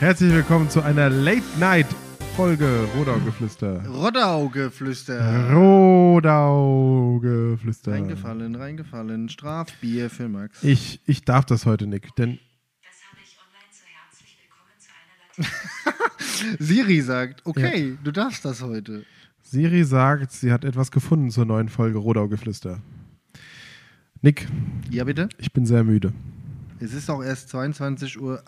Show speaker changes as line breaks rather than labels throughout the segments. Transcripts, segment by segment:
Herzlich willkommen zu einer Late-Night-Folge Rodaugeflüster.
Roddaugeflüster.
Rodaugeflüster.
Reingefallen, reingefallen. Strafbier für Max.
Ich, ich darf das heute nicht, denn
Das habe ich online zu herzlich willkommen zu einer Laterne.
Siri sagt, okay, du darfst das heute.
Siri sagt, sie hat etwas gefunden zur neuen Folge Rodaugeflüster. Nick,
Ja, bitte?
ich bin sehr müde.
Es ist auch erst 22.21 Uhr.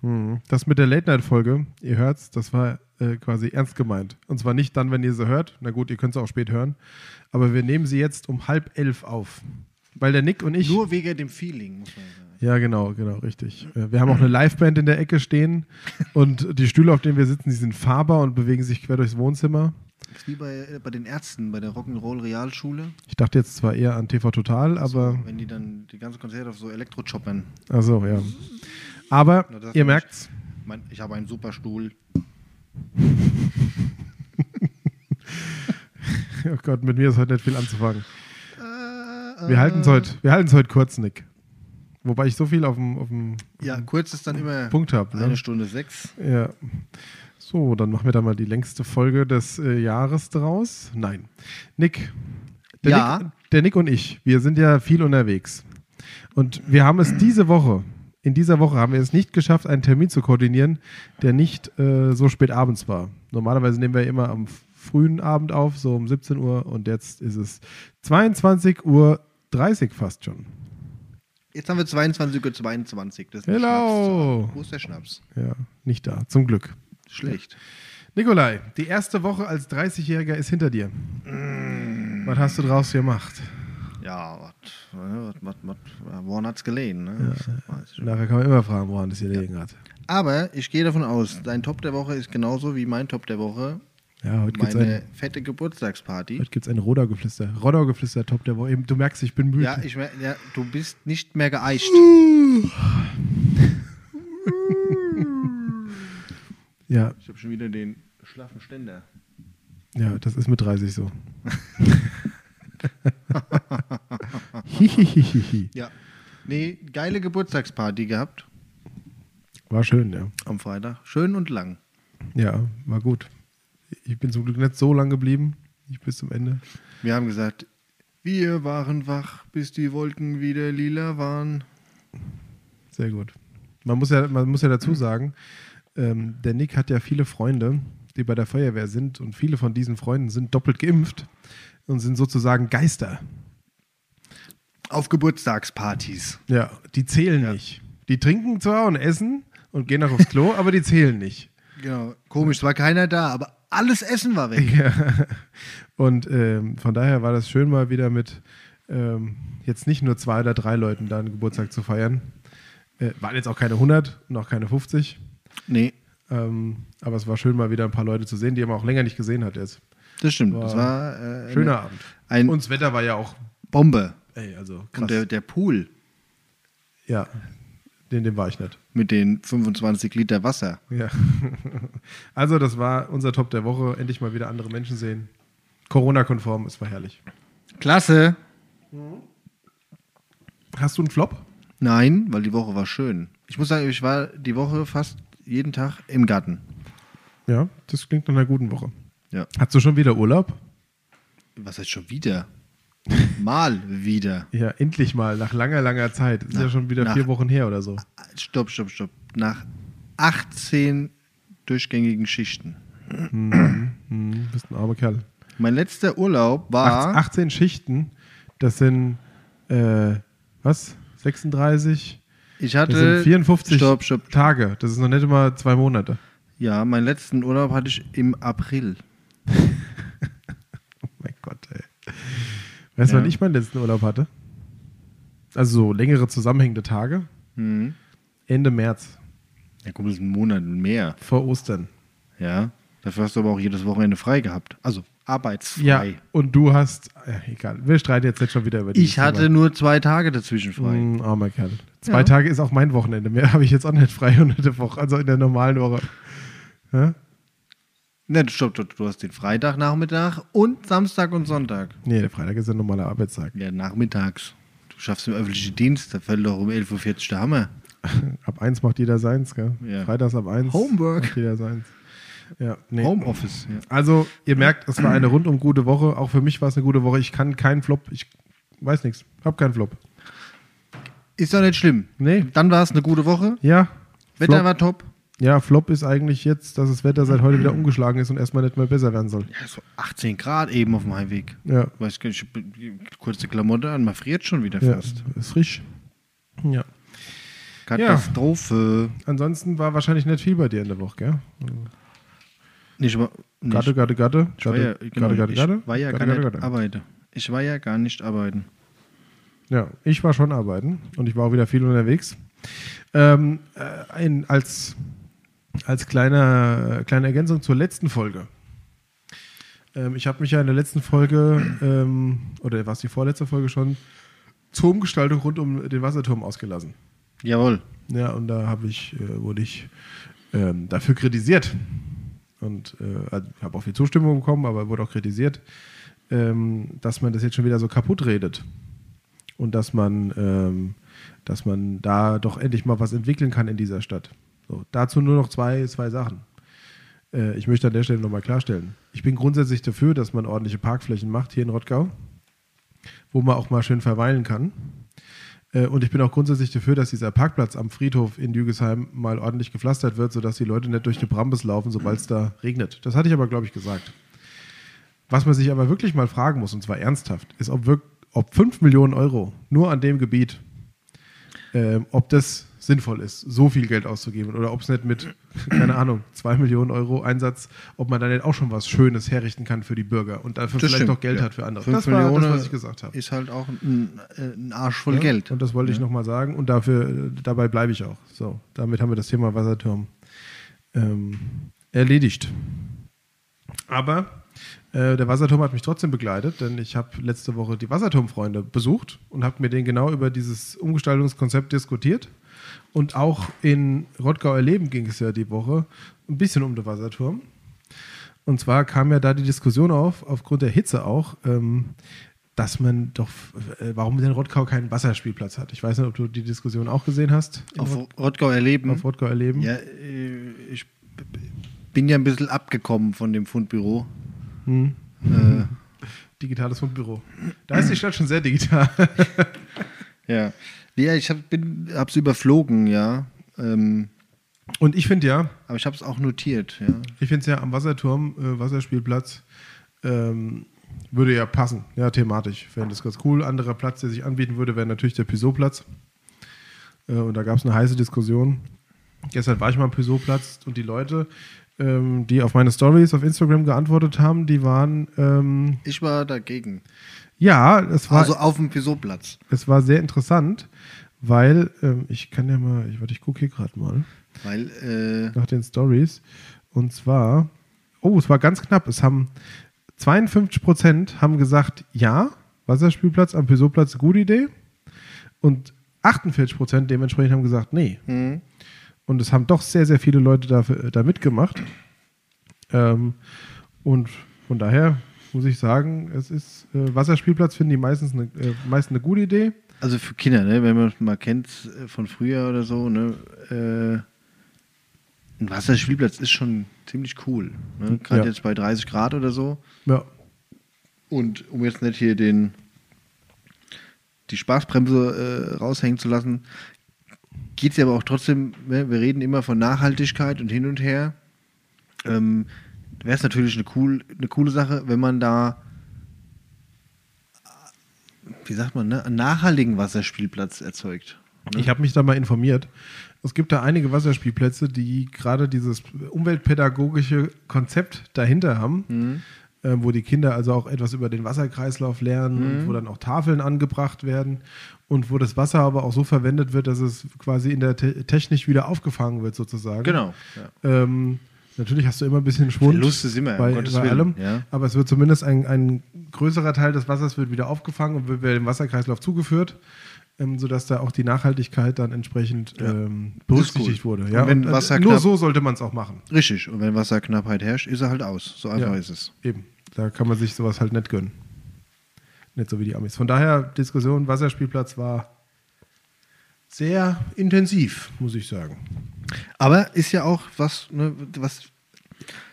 Hm. Das mit der Late-Night-Folge, ihr hört's, das war äh, quasi ernst gemeint. Und zwar nicht dann, wenn ihr sie hört. Na gut, ihr könnt sie auch spät hören. Aber wir nehmen sie jetzt um halb elf auf. Weil der Nick und ich.
Nur wegen dem Feeling, muss man sagen.
Ja, genau, genau, richtig. Äh, Wir haben auch eine Liveband in der Ecke stehen und die Stühle, auf denen wir sitzen, die sind fahrbar und bewegen sich quer durchs Wohnzimmer.
Das ist wie bei, äh, bei den Ärzten, bei der Rock'n'Roll Realschule.
Ich dachte jetzt zwar eher an TV Total, aber
Wenn die dann die ganzen Konzerte auf so Elektro choppern.
also ja. Aber
Na, das
ihr
nicht.
merkt's,
Mein, ich habe einen super Stuhl.
oh Gott, mit mir ist heute nicht viel anzufangen.
Äh,
Wir halten es heute, wir halten's heute kurz, Nick. Wobei ich so viel auf dem, auf dem
Ja, kurz ist dann immer
Mhm. Punkt habe.
eine
Ne?
Stunde sechs.
Ja. So, dann machen wir da mal die längste Folge des äh, Jahres draus. Nein. Nick. Der,
Ja?
Nick. der Nick und ich, wir sind ja viel unterwegs. Und wir haben es diese Woche, in dieser Woche haben wir es nicht geschafft, einen Termin zu koordinieren, der nicht äh, so spät abends war. Normalerweise nehmen wir immer am frühen Abend auf, so um 17 Uhr. Und jetzt ist es 22.30 Uhr fast schon.
Jetzt haben wir 22.22 Uhr. 22. Das ist ein
Hello.
Schnaps. Wo ist der Schnaps?
Ja, nicht da. Zum Glück.
Schlecht.
Nikolai, die erste Woche als 30-Jähriger ist hinter dir.
Mm.
Was hast du draus gemacht?
Ja, was, was, was, was, äh, woran hat's gelegen, ne? Das weiß ich.
Nachher kann man immer fragen, woran das gelegen hat.
Aber ich gehe davon aus, dein Top der Woche ist genauso wie mein Top der Woche
Ja, heute gibt's
meine
ein,
fette Geburtstagsparty.
heute gibt's ein Rodau-Geflüster. Rodau-Geflüster, Top der Woche. Eben, Du merkst, ich bin müde.
Ja, ich mer- ja, du bist nicht mehr geeicht.
ja,
Ich habe schon wieder den schlaffen Ständer.
ja, das ist mit 30 so. Hihihihihi.
Ja. Nee, geile Geburtstagsparty gehabt
War schön, ja.
am Freitag. Schön und lang.
Ja, war gut. Ich bin zum Glück nicht so lang geblieben. Ich bis zum Ende.
Wir haben gesagt, wir waren wach, bis die Wolken wieder lila waren.
Sehr gut. Man muss ja, man muss ja dazu sagen, ähm, der Nick hat ja viele Freunde, die bei der Feuerwehr sind und viele von diesen Freunden sind doppelt geimpft und sind sozusagen Geister.
Auf Geburtstagspartys.
Ja, die zählen nicht. Die trinken zwar und essen und gehen auch aufs Klo, aber die zählen nicht.
Genau. Komisch, es war keiner da, aber alles Essen war weg.
Ja. Und ähm, von daher war das schön mal wieder mit ähm, jetzt nicht nur zwei oder drei Leuten da einen Geburtstag zu feiern. Äh, waren jetzt auch keine 100 und auch keine 50.
Nee,
Ähm, aber es war schön, mal wieder ein paar Leute zu sehen, die man auch länger nicht gesehen hat jetzt.
das stimmt.
War
das war äh, eine
Schöner Abend.
ein-
Und das Wetter war ja auch,
Bombe.
ey, also krass.
Und der, der Pool
ja, den, dem war ich nicht.
mit den 25 Liter Wasser.
Ja. Also, das war unser Top der Woche. Endlich mal wieder andere Menschen sehen. Corona-konform, es war herrlich.
Klasse.
Hast du einen Flop?
Nein, weil die Woche war schön. Ich muss sagen, ich war die Woche fast jeden Tag im Garten.
Ja, das klingt nach einer guten Woche.
Ja.
Hast du schon wieder Urlaub?
Was heißt schon wieder? Mal wieder.
Ja, endlich mal, nach langer, langer Zeit. Ist ja schon wieder
nach-
vier Wochen her oder so.
Stopp, stopp, stopp. Nach 18 durchgängigen Schichten.
Hm, bist ein armer Kerl.
Mein letzter Urlaub war.
18, 18 Schichten, das sind, äh, was? 36?
Ich
Das
hatte.
sind 54
Stopp, stopp.
Tage. Das ist noch nicht immer zwei Monate.
Ja, meinen letzten Urlaub hatte ich im April.
Oh mein Gott, ey. Weißt du,
Ja.
wann ich meinen letzten Urlaub hatte? Also so längere zusammenhängende Tage.
Mhm.
Ende März,
Ja, guck, das ist ein Monat mehr.
vor Ostern.
Ja. Dafür hast du aber auch jedes Wochenende frei gehabt. Also arbeitsfrei.
Ja. Und du hast, ja, egal, wir streiten jetzt nicht schon wieder über dieses
Ich hatte
Thema.
nur zwei Tage dazwischen frei.
Mm, armer Kerl. Zwei Tage ist auch mein Wochenende. Mehr habe ich jetzt auch nicht frei unter der Woche, also in der normalen Woche.
Ne, stopp, stopp, du hast den Freitagnachmittag und Samstag und Sonntag.
Nee, der Freitag ist ein normaler Arbeitstag.
Ja, nachmittags. Du schaffst im öffentlichen Dienst, da fällt doch um 11.40 Uhr der Hammer.
Ab Ab eins macht jeder seins, gell?
Ja.
Freitags ab eins.
Homework.
Macht jeder seins. Ja, nee.
Homeoffice. Ja.
Also, ihr merkt, es war eine rundum gute Woche. Auch für mich war es eine gute Woche. Ich kann keinen Flop. Ich weiß nichts. Hab keinen Flop.
Ist doch nicht schlimm.
Nee.
Dann war es eine gute Woche.
Ja.
Wetter
Flop.
war top.
Ja, Flop ist eigentlich jetzt, dass das Wetter seit heute wieder umgeschlagen ist und erstmal nicht mehr besser werden soll.
Ja, so 18 Grad eben auf dem Heimweg.
Ja.
Weiß gar nicht, ich hab kurze Klamotte an, man friert schon wieder
Ja,
fast.
ist frisch. Ja.
Katastrophe.
Ansonsten war wahrscheinlich nicht viel bei dir in der Woche, gell?
Nicht, wa- nicht.
Gatte, Gatte, Gatte.
ich war ja,
Gatte,
genau,
Gatte, Gatte,
ich
Gatte.
war ja
Gatte,
gar
Gatte,
nicht
Gatte.
arbeiten. Ich war ja gar nicht arbeiten.
Ja, ich war schon arbeiten und ich war auch wieder viel unterwegs. Ähm, äh, ein, als als kleiner, kleine Ergänzung zur letzten Folge. Ähm, ich habe mich ja in der letzten Folge, ähm, oder war es die vorletzte Folge schon, zur Umgestaltung rund um den Wasserturm ausgelassen.
Jawohl.
Ja, und da habe ich, äh, wurde ich ähm, dafür kritisiert. Und äh, also, habe auch viel Zustimmung bekommen, aber wurde auch kritisiert, ähm, dass man das jetzt schon wieder so kaputt redet. Und dass man, ähm, dass man da doch endlich mal was entwickeln kann in dieser Stadt. So, dazu nur noch zwei, zwei Sachen. Äh, ich möchte an der Stelle nochmal klarstellen. Ich bin grundsätzlich dafür, dass man ordentliche Parkflächen macht hier in Rottgau, wo man auch mal schön verweilen kann. Äh, Und ich bin auch grundsätzlich dafür, dass dieser Parkplatz am Friedhof in Jügesheim mal ordentlich gepflastert wird, sodass die Leute nicht durch die Brambis laufen, sobald es da regnet. Das hatte ich aber, glaube ich, gesagt. Was man sich aber wirklich mal fragen muss, und zwar ernsthaft, ist, ob, wirk- ob 5 Millionen Euro nur an dem Gebiet, ähm, ob das sinnvoll ist, so viel Geld auszugeben oder ob es nicht mit, keine Ahnung, 2 Millionen Euro Einsatz, ob man da nicht auch schon was Schönes herrichten kann für die Bürger und dafür vielleicht
stimmt,
auch Geld
ja.
hat für andere.
Fünf
das war das,
Millionen
was ich gesagt habe.
Ist halt auch ein, äh, ein Arsch voll
Ja,
Geld.
Und das wollte ich nochmal sagen. Und dafür, äh, dabei bleibe ich auch. So, damit haben wir das Thema Wasserturm ähm, erledigt. Aber äh, der Wasserturm hat mich trotzdem begleitet, denn ich habe letzte Woche die Wasserturmfreunde besucht und habe mit denen genau über dieses Umgestaltungskonzept diskutiert. Und auch in Rottgau erleben ging es ja die Woche ein bisschen um den Wasserturm. Und zwar kam ja da die Diskussion auf, aufgrund der Hitze auch, ähm, dass man doch, äh, warum denn Rottgau keinen Wasserspielplatz hat. Ich weiß nicht, ob du die Diskussion auch gesehen hast. in
Auf
Rott-
Rottgau erleben.
auf Rottgau erleben.
ja, äh, ich b- b- bin ja ein bisschen abgekommen von dem Fundbüro.
Digitales Fundbüro. Da ist die Stadt schon sehr digital.
Äh, ja. ja, ich hab, bin, hab's überflogen, ja. Ähm,
Und ich finde ja,
aber ich hab's auch notiert, ja.
Ich finde es ja am Wasserturm, äh, Wasserspielplatz, ähm, würde ja passen, ja, thematisch. Fände das ganz cool. Anderer Platz, der sich anbieten würde, wäre natürlich der Pisot-Platz. Äh, und da gab es eine heiße Diskussion. Gestern war ich mal am Pisot-Platz und die Leute, ähm, die auf meine Stories auf Instagram geantwortet haben, die waren, ähm,
Ich war dagegen.
ja, es war,
Also auf dem Pisoplatz.
es war sehr interessant, weil ähm, ich kann ja mal, ich, warte, ich gucke hier gerade mal.
Weil, äh,
nach den Stories. Und zwar, oh, es war ganz knapp. Es haben 52 Prozent haben gesagt, ja, Wasserspielplatz am Pisoplatz, eine gute Idee. Und 48 Prozent dementsprechend haben gesagt, nee. Und es haben doch sehr, sehr viele Leute dafür, da mitgemacht. Ähm, und von daher muss ich sagen, es ist äh, Wasserspielplatz finden die meistens eine, äh, meist eine gute Idee.
also für Kinder, ne, wenn man es mal kennt äh, von früher oder so, ne, äh, ein Wasserspielplatz ist schon ziemlich cool. Ne? Gerade
Ja.
jetzt bei 30 Grad oder so.
Ja,
Und um jetzt nicht hier den die Spaßbremse äh, raushängen zu lassen, geht es ja aber auch trotzdem, ne, wir reden immer von Nachhaltigkeit und hin und her. Ähm, Wäre es natürlich eine, cool, eine coole Sache, wenn man da, wie sagt man, ne, einen nachhaltigen Wasserspielplatz erzeugt.
Ich habe mich da mal informiert. Es gibt da einige Wasserspielplätze, die gerade dieses umweltpädagogische Konzept dahinter haben, äh, wo die Kinder also auch etwas über den Wasserkreislauf lernen und wo dann auch Tafeln angebracht werden und wo das Wasser aber auch so verwendet wird, dass es quasi in der Te Technik wieder aufgefangen wird sozusagen.
Genau, ja.
Ähm, natürlich hast du immer ein bisschen Schwund.
Verluste sind wir, um
bei,
Gottes
bei
Willen,
allem.
ja.
Aber es wird zumindest ein, ein größerer Teil des Wassers wird wieder aufgefangen und wird wieder dem Wasserkreislauf zugeführt, ähm, sodass da auch die Nachhaltigkeit dann entsprechend ähm, berücksichtigt
cool.
wurde.
Und
Ja?
wenn
Und, äh,
Wasser
nur
knapp-
so sollte man es auch machen.
Richtig, und wenn Wasserknappheit herrscht, ist er halt aus. So einfach
Ja.
ist es.
Eben. Da kann man sich sowas halt nicht gönnen. Nicht so wie die Amis. Von daher, Diskussion, Wasserspielplatz war sehr intensiv, muss ich sagen.
Aber ist ja auch was, ne, was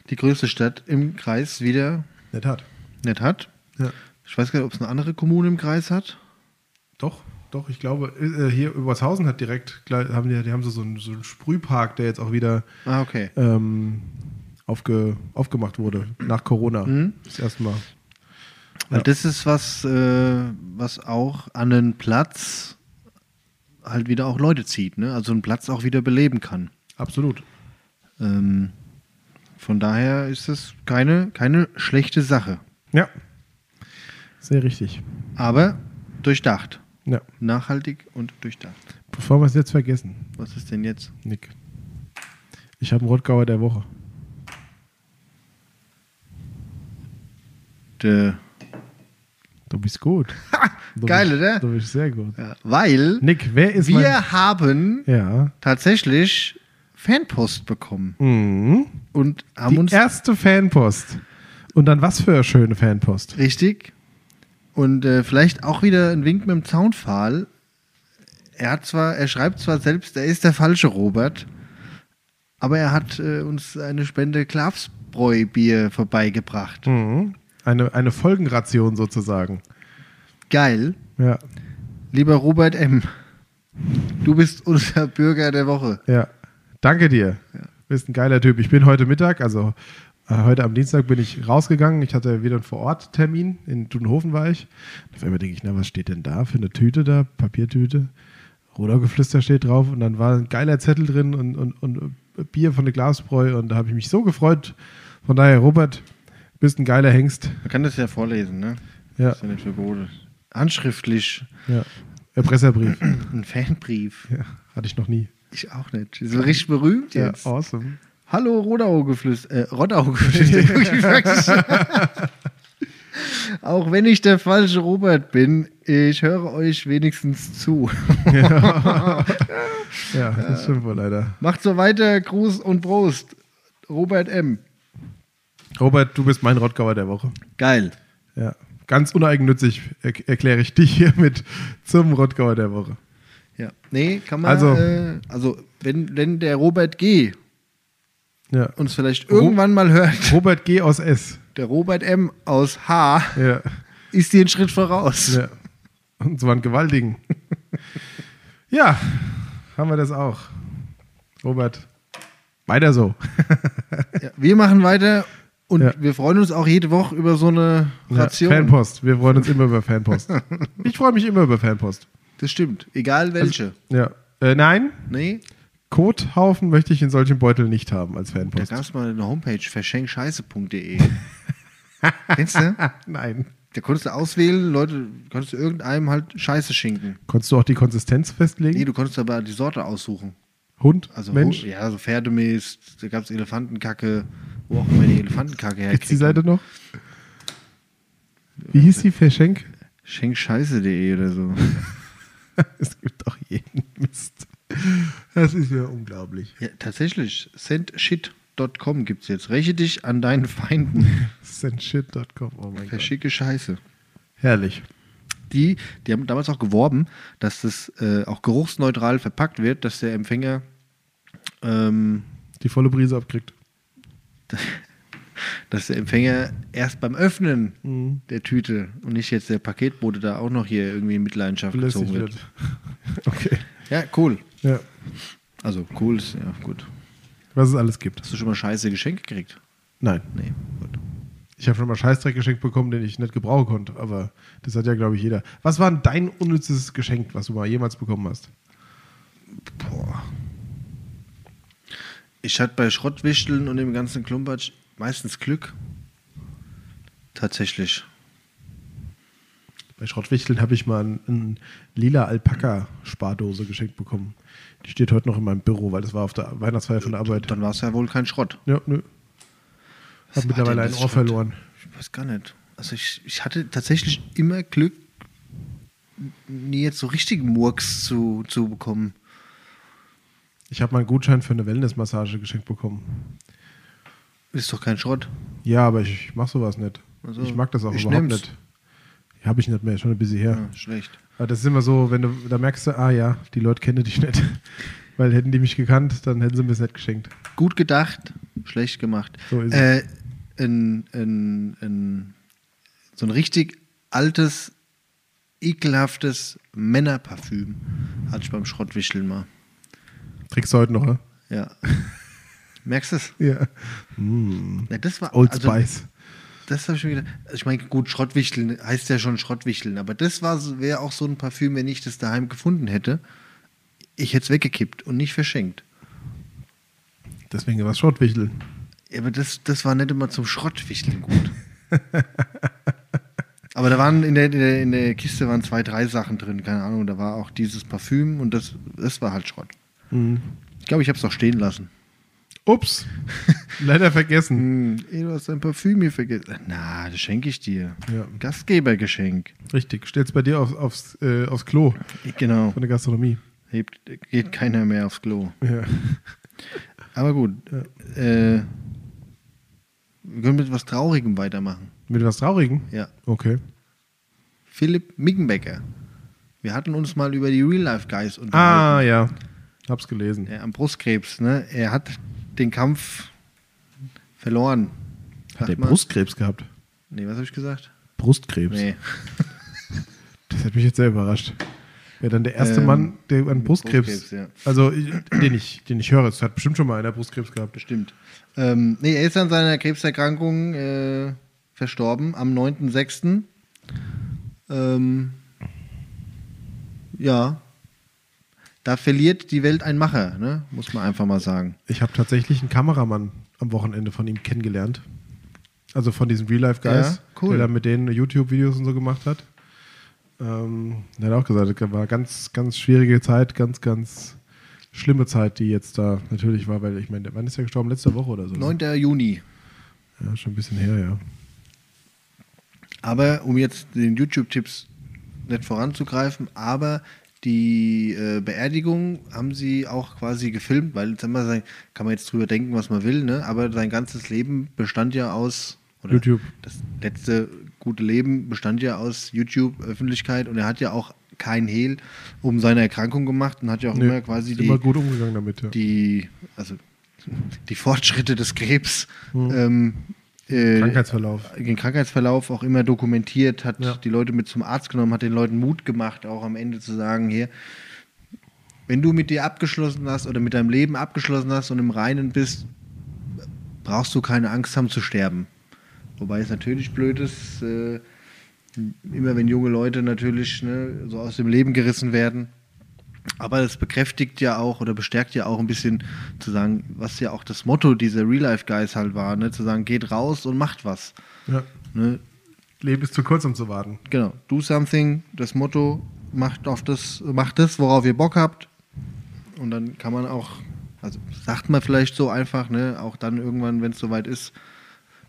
die größte Stadt im Kreis wieder
In der Tat.
nicht hat.
Ja.
Ich weiß gar nicht, ob es eine andere Kommune im Kreis hat.
Doch, doch, ich glaube, äh, hier Übershausen hat direkt, gleich- haben die, die haben so, so, einen, so einen Sprühpark, der jetzt auch wieder
Ah, okay.
ähm, aufge, aufgemacht wurde, nach Corona.
Mhm.
Das erste Mal.
Weil
Ja.
das ist was, äh, was auch an einen Platz halt wieder auch Leute zieht, ne? Also einen Platz auch wieder beleben kann.
Absolut.
Ähm, von daher ist das keine, keine schlechte Sache.
Ja. Sehr richtig.
Aber durchdacht.
Ja.
Nachhaltig und durchdacht.
Bevor wir es jetzt vergessen,
Was ist denn jetzt?
Nick. Ich habe einen Rottgauer der Woche.
Der-
Du bist gut. Du
Geil,
bist,
oder?
Du bist sehr gut.
Ja, weil
Nick, wer ist
wir haben
mein... Ja.
tatsächlich Fanpost bekommen
Mhm.
und haben
Die
uns
erste Fanpost. Und dann was für eine schöne Fanpost.
Richtig. Und äh, vielleicht auch wieder ein Wink mit dem Zaunpfahl. Er hat zwar, er schreibt zwar selbst, er ist der falsche Robert, aber er hat äh, uns eine Spende Klafsbräu-Bier vorbeigebracht.
Mhm. Eine, eine Folgenration sozusagen.
Geil.
Ja,
Lieber Robert M., du bist unser Bürger der Woche.
ja. Danke dir. Du bist ein geiler Typ. Ich bin heute Mittag, also äh, heute am Dienstag bin ich rausgegangen. Ich hatte wieder einen Vor-Ort-Termin. In Dudenhofen war ich. Und auf einmal denke ich, na, was steht denn da für eine Tüte da? Papiertüte. Rudergeflüster steht drauf und dann war ein geiler Zettel drin und, und, und äh, Bier von der Glasbräu und da habe ich mich so gefreut. Von daher, Robert, bist ein geiler Hengst.
Man kann das ja vorlesen, ne?
Ja.
Ist ja nicht verboten. Handschriftlich,
Ja. Erpresserbrief.
ein Fanbrief.
ja, hatte ich noch nie.
Ich auch nicht. Ist richtig berühmt
Ja,
jetzt.
awesome.
Hallo Rodau-Geflüster. Äh, Roddau-Geflüster. Auch wenn ich der falsche Robert bin, ich höre euch wenigstens zu.
Ja, das stimmt wohl leider.
Macht so weiter, Gruß und Prost. Robert M.
Robert, du bist mein Rottgauer der Woche.
Geil.
Ja. Ganz uneigennützig er erkläre ich dich hiermit zum Rottgauer der Woche.
Ja. Nee, kann man.
Also-
äh, also wenn, wenn der Robert G.
Ja.
uns vielleicht
Ro-
irgendwann mal hört,
Robert G. aus S.
der Robert M. aus H.
Ja.
ist dir einen Schritt voraus.
ja. Und zwar einen gewaltigen. ja, haben wir das auch. Robert, weiter so.
Ja. Wir machen weiter und
Ja.
wir freuen uns auch jede Woche über so eine
Ja,
Ration.
Fanpost. Wir freuen uns immer über Fanpost. Ich freue mich immer über Fanpost.
das stimmt. Egal welche.
Ja. Äh, nein,
Nee,
Kothaufen möchte ich in solchen Beutel nicht haben als
da
Fanpost.
gab es mal eine Homepage, verschenkscheiße.de. Kennst du?
Nein.
Da konntest du auswählen, Leute, konntest du irgendeinem halt Scheiße schinken.
Konntest du auch die Konsistenz festlegen?
Nee, du konntest aber die Sorte aussuchen.
Hund,
Also,
Mensch,
Hu- ja, so Pferdemist, da gab es Elefantenkacke, wo auch immer die Elefantenkacke
gibt's die
herkriegt.
Seite noch? Wie hieß die Verschenk?
Schenkscheiße.de oder so.
Es gibt auch jeden Mist. Das ist ja unglaublich.
Ja, tatsächlich, sendshit.com gibt es jetzt. Räche dich an deinen Feinden.
Sendshit.com, oh mein Gott.
Verschicke Scheiße.
Herrlich.
die, die haben damals auch geworben, dass das äh, auch geruchsneutral verpackt wird, dass der Empfänger ähm,
Die volle Brise abkriegt.
dass der Empfänger erst beim Öffnen der Tüte und nicht jetzt der Paketbote da auch noch hier irgendwie in Mitleidenschaft
Belästigt
gezogen wird.
wird. Okay.
Ja, cool.
Ja.
Also cool ist, ja gut.
Was es alles gibt.
Hast du schon mal scheiße Geschenke gekriegt?
Nein.
Nee, gut.
Ich habe schon mal Scheißdreck geschenkt bekommen, den ich nicht gebrauchen konnte. Aber das hat ja, glaube ich, jeder. Was war denn dein unnützes Geschenk, was du mal jemals bekommen hast?
Boah. Ich hatte bei Schrottwichteln und dem ganzen Klumpatsch meistens Glück. Tatsächlich.
Bei Schrottwichteln habe ich mal eine ein lila Alpaka-Spardose geschenkt bekommen. Die steht heute noch in meinem Büro, weil das war auf der Weihnachtsfeier von der Arbeit.
Dann war es ja wohl kein Schrott.
Ja, nö.
Was
Hab
war
mittlerweile
denn
ein
das
Ohr
Schrott?
verloren.
Ich weiß gar nicht. Also ich, ich hatte tatsächlich immer Glück, nie jetzt so richtigen Murks zu, zu bekommen.
Ich habe mal einen Gutschein für eine Wellnessmassage geschenkt bekommen.
Ist doch kein Schrott.
Ja, aber ich, ich mache sowas nicht.
Also,
ich mag das auch
ich
überhaupt
nehm's.
nicht. Habe ich nicht mehr, schon ein bisschen her.
Ja, schlecht.
Aber das ist immer so, wenn du da merkst, du, ah ja, die Leute kennen dich nicht. Weil hätten die mich gekannt, dann hätten sie mir es nicht geschenkt.
Gut gedacht, schlecht gemacht.
So ist
äh, ein, ein, ein, so ein richtig altes, ekelhaftes Männerparfüm hatte ich beim Schrottwichteln mal.
Trinkst du heute noch, oder?
Ja. Merkst du es?
Ja.
Ja, das war
Old
also,
Spice.
Das habe ich mir gedacht. Also ich meine, gut, Schrottwichteln heißt ja schon Schrottwichteln, aber das war so- wäre auch so ein Parfüm, wenn ich das daheim gefunden hätte. Ich hätte es weggekippt und nicht verschenkt.
Deswegen war es Schrottwichtel.
Ja, aber das, das war nicht immer zum Schrottwichteln gut. aber da waren in der, in, der, in der Kiste waren zwei, drei Sachen drin, keine Ahnung. Da war auch dieses Parfüm und das, das war halt Schrott.
Mhm.
Ich glaube, ich habe es auch stehen lassen.
Ups. Leider vergessen.
Hm, ey, du hast dein Parfüm hier vergessen. Na, das schenke ich dir.
Ja.
Gastgebergeschenk.
Richtig. Stell's bei dir auf, aufs, äh, aufs Klo
Genau.
von der Gastronomie.
Hebt, geht keiner mehr aufs Klo.
Ja.
Aber gut. Äh, wir können mit was Traurigem weitermachen.
Mit was Traurigem?
Ja.
Okay.
Philipp Mickenbecker. Wir hatten uns mal über die Real Life Guys unterhalten.
Ah, ja. Hab's gelesen.
Er am Brustkrebs, ne? Er hat den Kampf verloren. Sag
Hat der
mal-
Brustkrebs gehabt?
Nee, was habe ich gesagt?
Brustkrebs?
Nee.
Das hat mich jetzt sehr überrascht. Wäre dann der erste
Ähm,
Mann, der an Brustkrebs.
Brustkrebs, ja.
Also, ich- den ich, den ich höre. Es hat bestimmt schon mal einer Brustkrebs gehabt.
Stimmt. Ähm, nee, er ist an seiner Krebserkrankung äh, verstorben am 9.6. Ähm, ja. Da verliert die Welt ein Macher, ne? muss man einfach mal sagen.
Ich habe tatsächlich einen Kameramann am Wochenende von ihm kennengelernt. Also von diesen Real Life Guys,
Ja, cool.
der dann mit denen YouTube-Videos und so gemacht hat. Ähm, der hat auch gesagt, das war ganz, ganz schwierige Zeit, ganz, ganz schlimme Zeit, die jetzt da natürlich war, weil ich meine, der Mann ist ja gestorben letzte Woche oder so.
9. Juni.
Ja, schon ein bisschen her, ja.
Aber um jetzt den YouTube-Tipps nicht voranzugreifen, aber die äh, Beerdigung haben sie auch quasi gefilmt, weil jetzt haben wir sein, kann man jetzt drüber denken, was man will, ne? aber sein ganzes Leben bestand ja aus oder
YouTube.
Das letzte gute Leben bestand ja aus YouTube, Öffentlichkeit und er hat ja auch kein Hehl um seine Erkrankung gemacht und hat ja auch
Nee,
immer quasi
ist
die,
immer gut umgegangen damit, ja.
die, also die Fortschritte des Krebs
Mhm.
ähm, äh,
Krankheitsverlauf.
den Krankheitsverlauf auch immer dokumentiert, hat
Ja.
die Leute mit zum Arzt genommen, hat den Leuten Mut gemacht, auch am Ende zu sagen, hier, wenn du mit dir abgeschlossen hast oder mit deinem Leben abgeschlossen hast und im Reinen bist, brauchst du keine Angst haben zu sterben. Wobei es natürlich blöd ist, äh, immer wenn junge Leute natürlich ne, so aus dem Leben gerissen werden. Aber das bekräftigt ja auch oder bestärkt ja auch ein bisschen zu sagen, was ja auch das Motto dieser Real-Life-Guys halt war, ne? zu sagen, geht raus und macht was.
Ja.
Ne?
Leben ist zu kurz, um zu warten.
Genau, do something, das Motto, macht, auf das, macht das, worauf ihr Bock habt. Und dann kann man auch, also sagt man vielleicht so einfach, ne? auch dann irgendwann, wenn es soweit ist,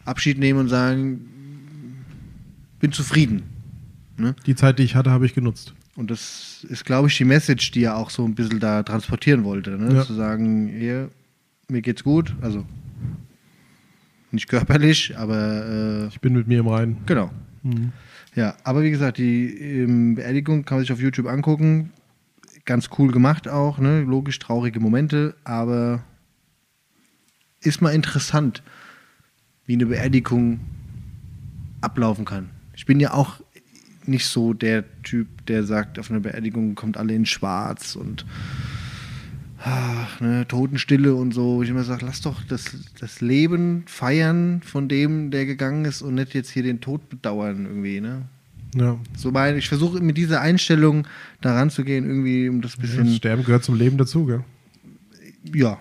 Abschied nehmen und sagen, bin zufrieden.
Die Zeit, die ich hatte, habe ich genutzt.
Und das ist, glaube ich, die Message, die er auch so ein bisschen da transportieren wollte. Ne?
Ja.
Zu sagen, hier, mir geht's gut, also nicht körperlich, aber äh,
Ich bin mit mir im Reinen.
genau. Ja, aber wie gesagt, die ähm, Beerdigung kann man sich auf YouTube angucken. Ganz cool gemacht auch, ne? logisch traurige Momente, aber ist mal interessant, wie eine Beerdigung ablaufen kann. Ich bin ja auch nicht so der Typ, der sagt, auf einer Beerdigung kommt alle in Schwarz und ach, ne, Totenstille und so. Ich immer sage, lass doch das, das Leben feiern von dem, der gegangen ist und nicht jetzt hier den Tod bedauern irgendwie. Ne?
Ja.
So meine, ich versuche mit dieser Einstellung da ranzugehen, irgendwie um das bisschen.
Das Sterben gehört zum Leben dazu, gell?
ja,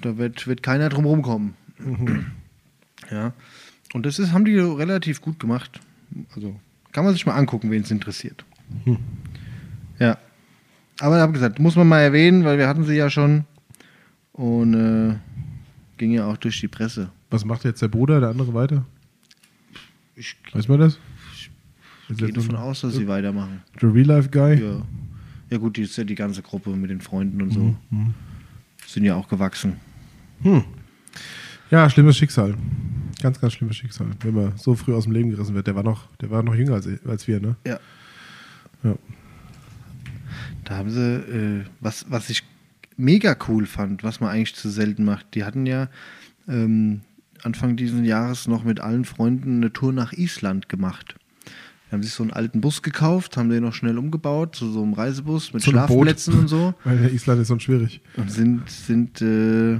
da wird, wird keiner drum rumkommen. Ja. Und das ist, haben die relativ gut gemacht. Also kann man sich mal angucken, wen es interessiert. Ja. Aber ich habe gesagt, muss man mal erwähnen, weil wir hatten sie ja schon. Und äh, ging ja auch durch die Presse.
Was macht jetzt der Bruder, der andere weiter?
Ich
Weiß man das? Ist
gehe
jetzt
davon
nur
aus, dass sie weitermachen.
The Real Life Guy?
Ja. ja gut, die ist ja die ganze Gruppe mit den Freunden und so. Sind ja auch gewachsen.
Hm. Ja, schlimmes Schicksal. Ganz, ganz schlimmes Schicksal, wenn man so früh aus dem Leben gerissen wird. Der war noch, der war noch jünger als, als wir, ne?
Ja.
Ja.
Da haben sie, äh, was, was ich mega cool fand, was man eigentlich zu selten macht. Die hatten ja ähm, Anfang dieses Jahres noch mit allen Freunden eine Tour nach Island gemacht. Die haben sich so einen alten Bus gekauft, haben den noch schnell umgebaut zu so einem Reisebus mit
Zu einem Boot.
Schlafplätzen und so.
Weil der Island ist so schwierig.
Und sind, sind äh,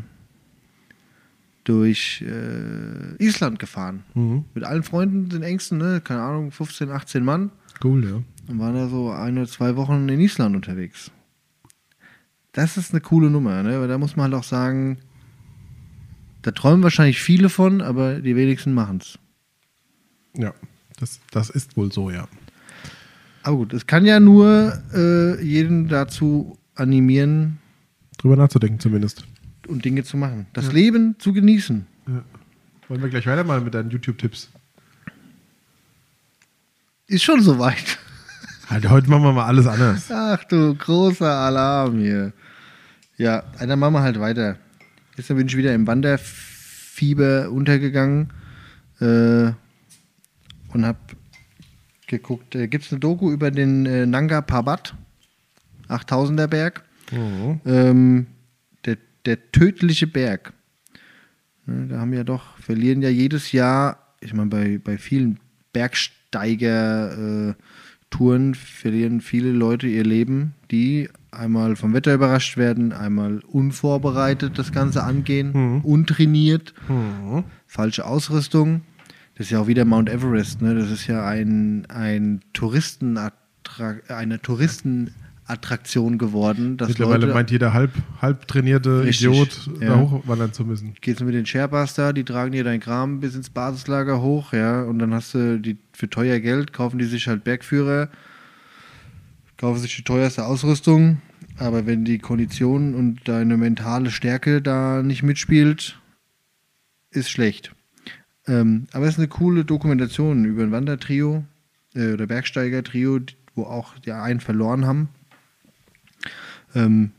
durch äh, Island gefahren.
Mhm.
Mit allen Freunden, den engsten, ne? keine Ahnung, 15, 18 Mann.
Cool, ja.
Und waren da so ein oder zwei Wochen in Island unterwegs. Das ist eine coole Nummer, ne? Weil da muss man halt auch sagen, da träumen wahrscheinlich viele von, aber die wenigsten machen es.
Ja, das, das ist wohl so, ja.
Aber gut, es kann ja nur äh, jeden dazu animieren
Drüber nachzudenken zumindest.
und Dinge zu machen. Das Leben zu genießen.
Wollen wir gleich weitermachen mit deinen YouTube-Tipps?
Ist schon soweit.
Halt, heute machen wir mal alles anders.
Ach du großer Alarm hier. Ja, dann machen wir halt weiter. Gestern bin ich wieder im Wanderfieber untergegangen äh, und habe geguckt. Äh, Gibt es eine Doku über den äh, Nanga Parbat, 8000er Berg?
Mhm.
Ähm, der, der tödliche Berg. Ne, da haben ja doch, verlieren ja jedes Jahr, ich meine, bei, bei vielen Bergsteiger-Touren äh, verlieren viele Leute ihr Leben, die einmal vom Wetter überrascht werden, einmal unvorbereitet das Ganze angehen, untrainiert, falsche Ausrüstung. Das ist ja auch wieder Mount Everest, ne? Das ist ja ein, ein Touristenattrakt, eine Touristenattraktion geworden. Dass
Mittlerweile
Leute
meint jeder halb, halb trainierte
Richtig,
Idiot, da
ja.
hochwandern zu müssen.
gehst du mit den Sherpas da, die tragen dir deinen Kram bis ins Basislager hoch, ja, und dann hast du die für teuer Geld, kaufen die sich halt Bergführer, kaufen sich die teuerste Ausrüstung, aber wenn die Kondition und deine mentale Stärke da nicht mitspielt, ist schlecht. Ähm, aber es ist eine coole Dokumentation über ein Wandertrio äh, oder Bergsteiger-Trio, die- wo auch ja einen verloren haben. Ähm,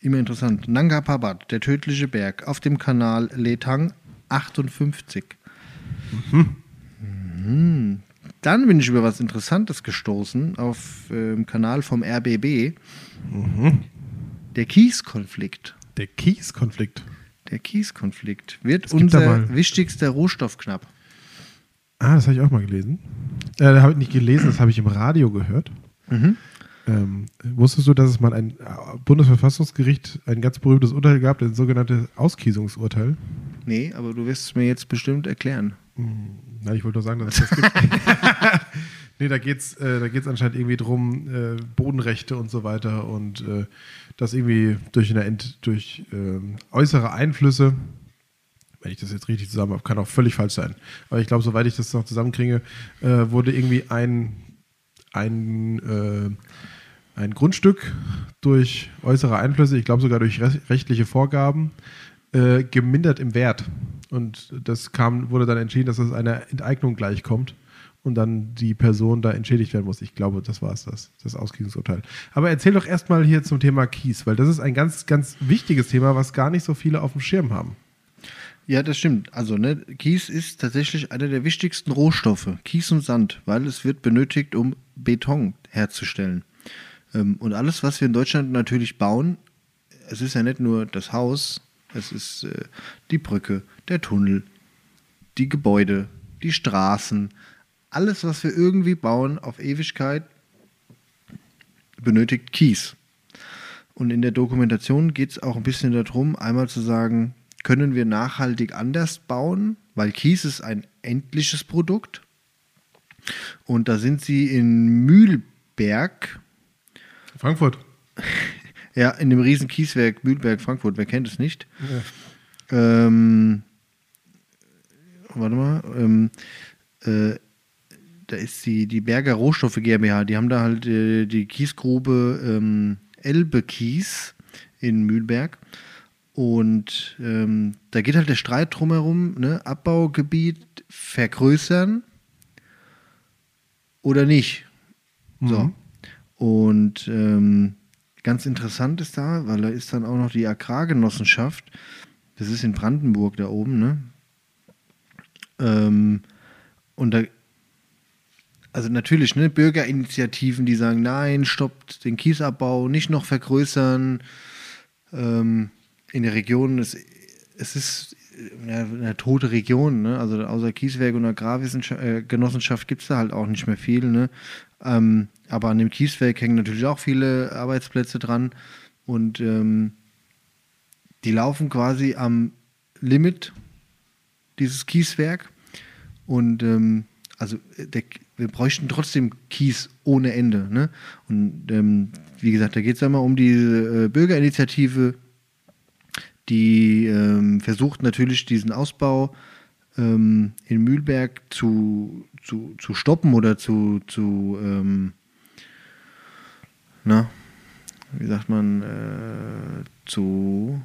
Immer interessant. Nanga Parbat, der tödliche Berg, auf dem Kanal Letang 58. Mhm. Dann bin ich über was Interessantes gestoßen auf dem Kanal vom RBB.
Mhm.
Der Kieskonflikt.
Der Kieskonflikt.
Der Kieskonflikt wird
gibt da
unser
mal.
wichtigster Rohstoff knapp.
Ah, das habe ich auch mal gelesen. Äh, da habe ich nicht gelesen, das habe ich im Radio gehört. Ähm, wusstest du, dass es mal ein äh, Bundesverfassungsgericht ein ganz berühmtes Urteil gab, das sogenannte Auskiesungsurteil?
Nee, aber du wirst es mir jetzt bestimmt erklären.
Nein, ich wollte nur sagen, dass es das gibt. nee, da geht es äh, da geht's anscheinend irgendwie drum, äh, Bodenrechte und so weiter und äh, dass irgendwie durch, eine Ent durch ähm, äußere Einflüsse, wenn ich das jetzt richtig zusammen habe, kann auch völlig falsch sein, aber ich glaube, soweit ich das noch zusammenkriege, äh, wurde irgendwie ein, ein, äh, ein Grundstück durch äußere Einflüsse, ich glaube sogar durch re rechtliche Vorgaben, äh, gemindert im Wert. Und das kam, wurde dann entschieden, dass das einer Enteignung gleichkommt und dann die Person da entschädigt werden muss. Ich glaube, das war es, das, das Ausgleichungsurteil. Aber erzähl doch erstmal hier zum Thema Kies, weil das ist ein ganz, ganz wichtiges Thema, was gar nicht so viele auf dem Schirm haben.
Ja, das stimmt. Also, ne, Kies ist tatsächlich einer der wichtigsten Rohstoffe. Kies und Sand, weil es wird benötigt, um Beton herzustellen. Ähm, und alles, was wir in Deutschland natürlich bauen, es ist ja nicht nur das Haus, es ist äh, die Brücke, der Tunnel, die Gebäude, die Straßen. Alles, was wir irgendwie bauen auf Ewigkeit, benötigt Kies. Und in der Dokumentation geht es auch ein bisschen darum, einmal zu sagen, können wir nachhaltig anders bauen, weil Kies ist ein endliches Produkt. Und da sind sie in Mühlberg,
Frankfurt.
ja, in dem riesen Kieswerk Mühlberg Frankfurt, wer kennt es nicht? Ähm, warte mal, ähm, äh, da ist die, die Berger Rohstoffe GmbH, die haben da halt äh, die Kiesgrube ähm, Elbe Kies in Mühlberg. Und ähm, da geht halt der Streit drumherum, ne? Abbaugebiet vergrößern oder nicht. So. Und ähm, ganz interessant ist da, weil da ist dann auch noch die Agrargenossenschaft. Das ist in Brandenburg da oben, ne? Ähm, und da, also natürlich, ne, Bürgerinitiativen, die sagen, nein, stoppt den Kiesabbau, nicht noch vergrößern. Ähm, in der Region ist, es ist ja, eine tote Region, ne? Also außer Kieswerk und Agrargenossenschaft äh, gibt es da halt auch nicht mehr viel, ne? Ähm, aber an dem Kieswerk hängen natürlich auch viele Arbeitsplätze dran. Und ähm, die laufen quasi am Limit dieses Kieswerk. Und ähm, also äh, der, wir bräuchten trotzdem Kies ohne Ende. Ne? Und ähm, wie gesagt, da geht es einmal um die äh, Bürgerinitiative, die ähm, versucht natürlich diesen Ausbau ähm, in Mühlberg zu, zu, zu stoppen oder zu, zu ähm, na, wie sagt man, äh, zu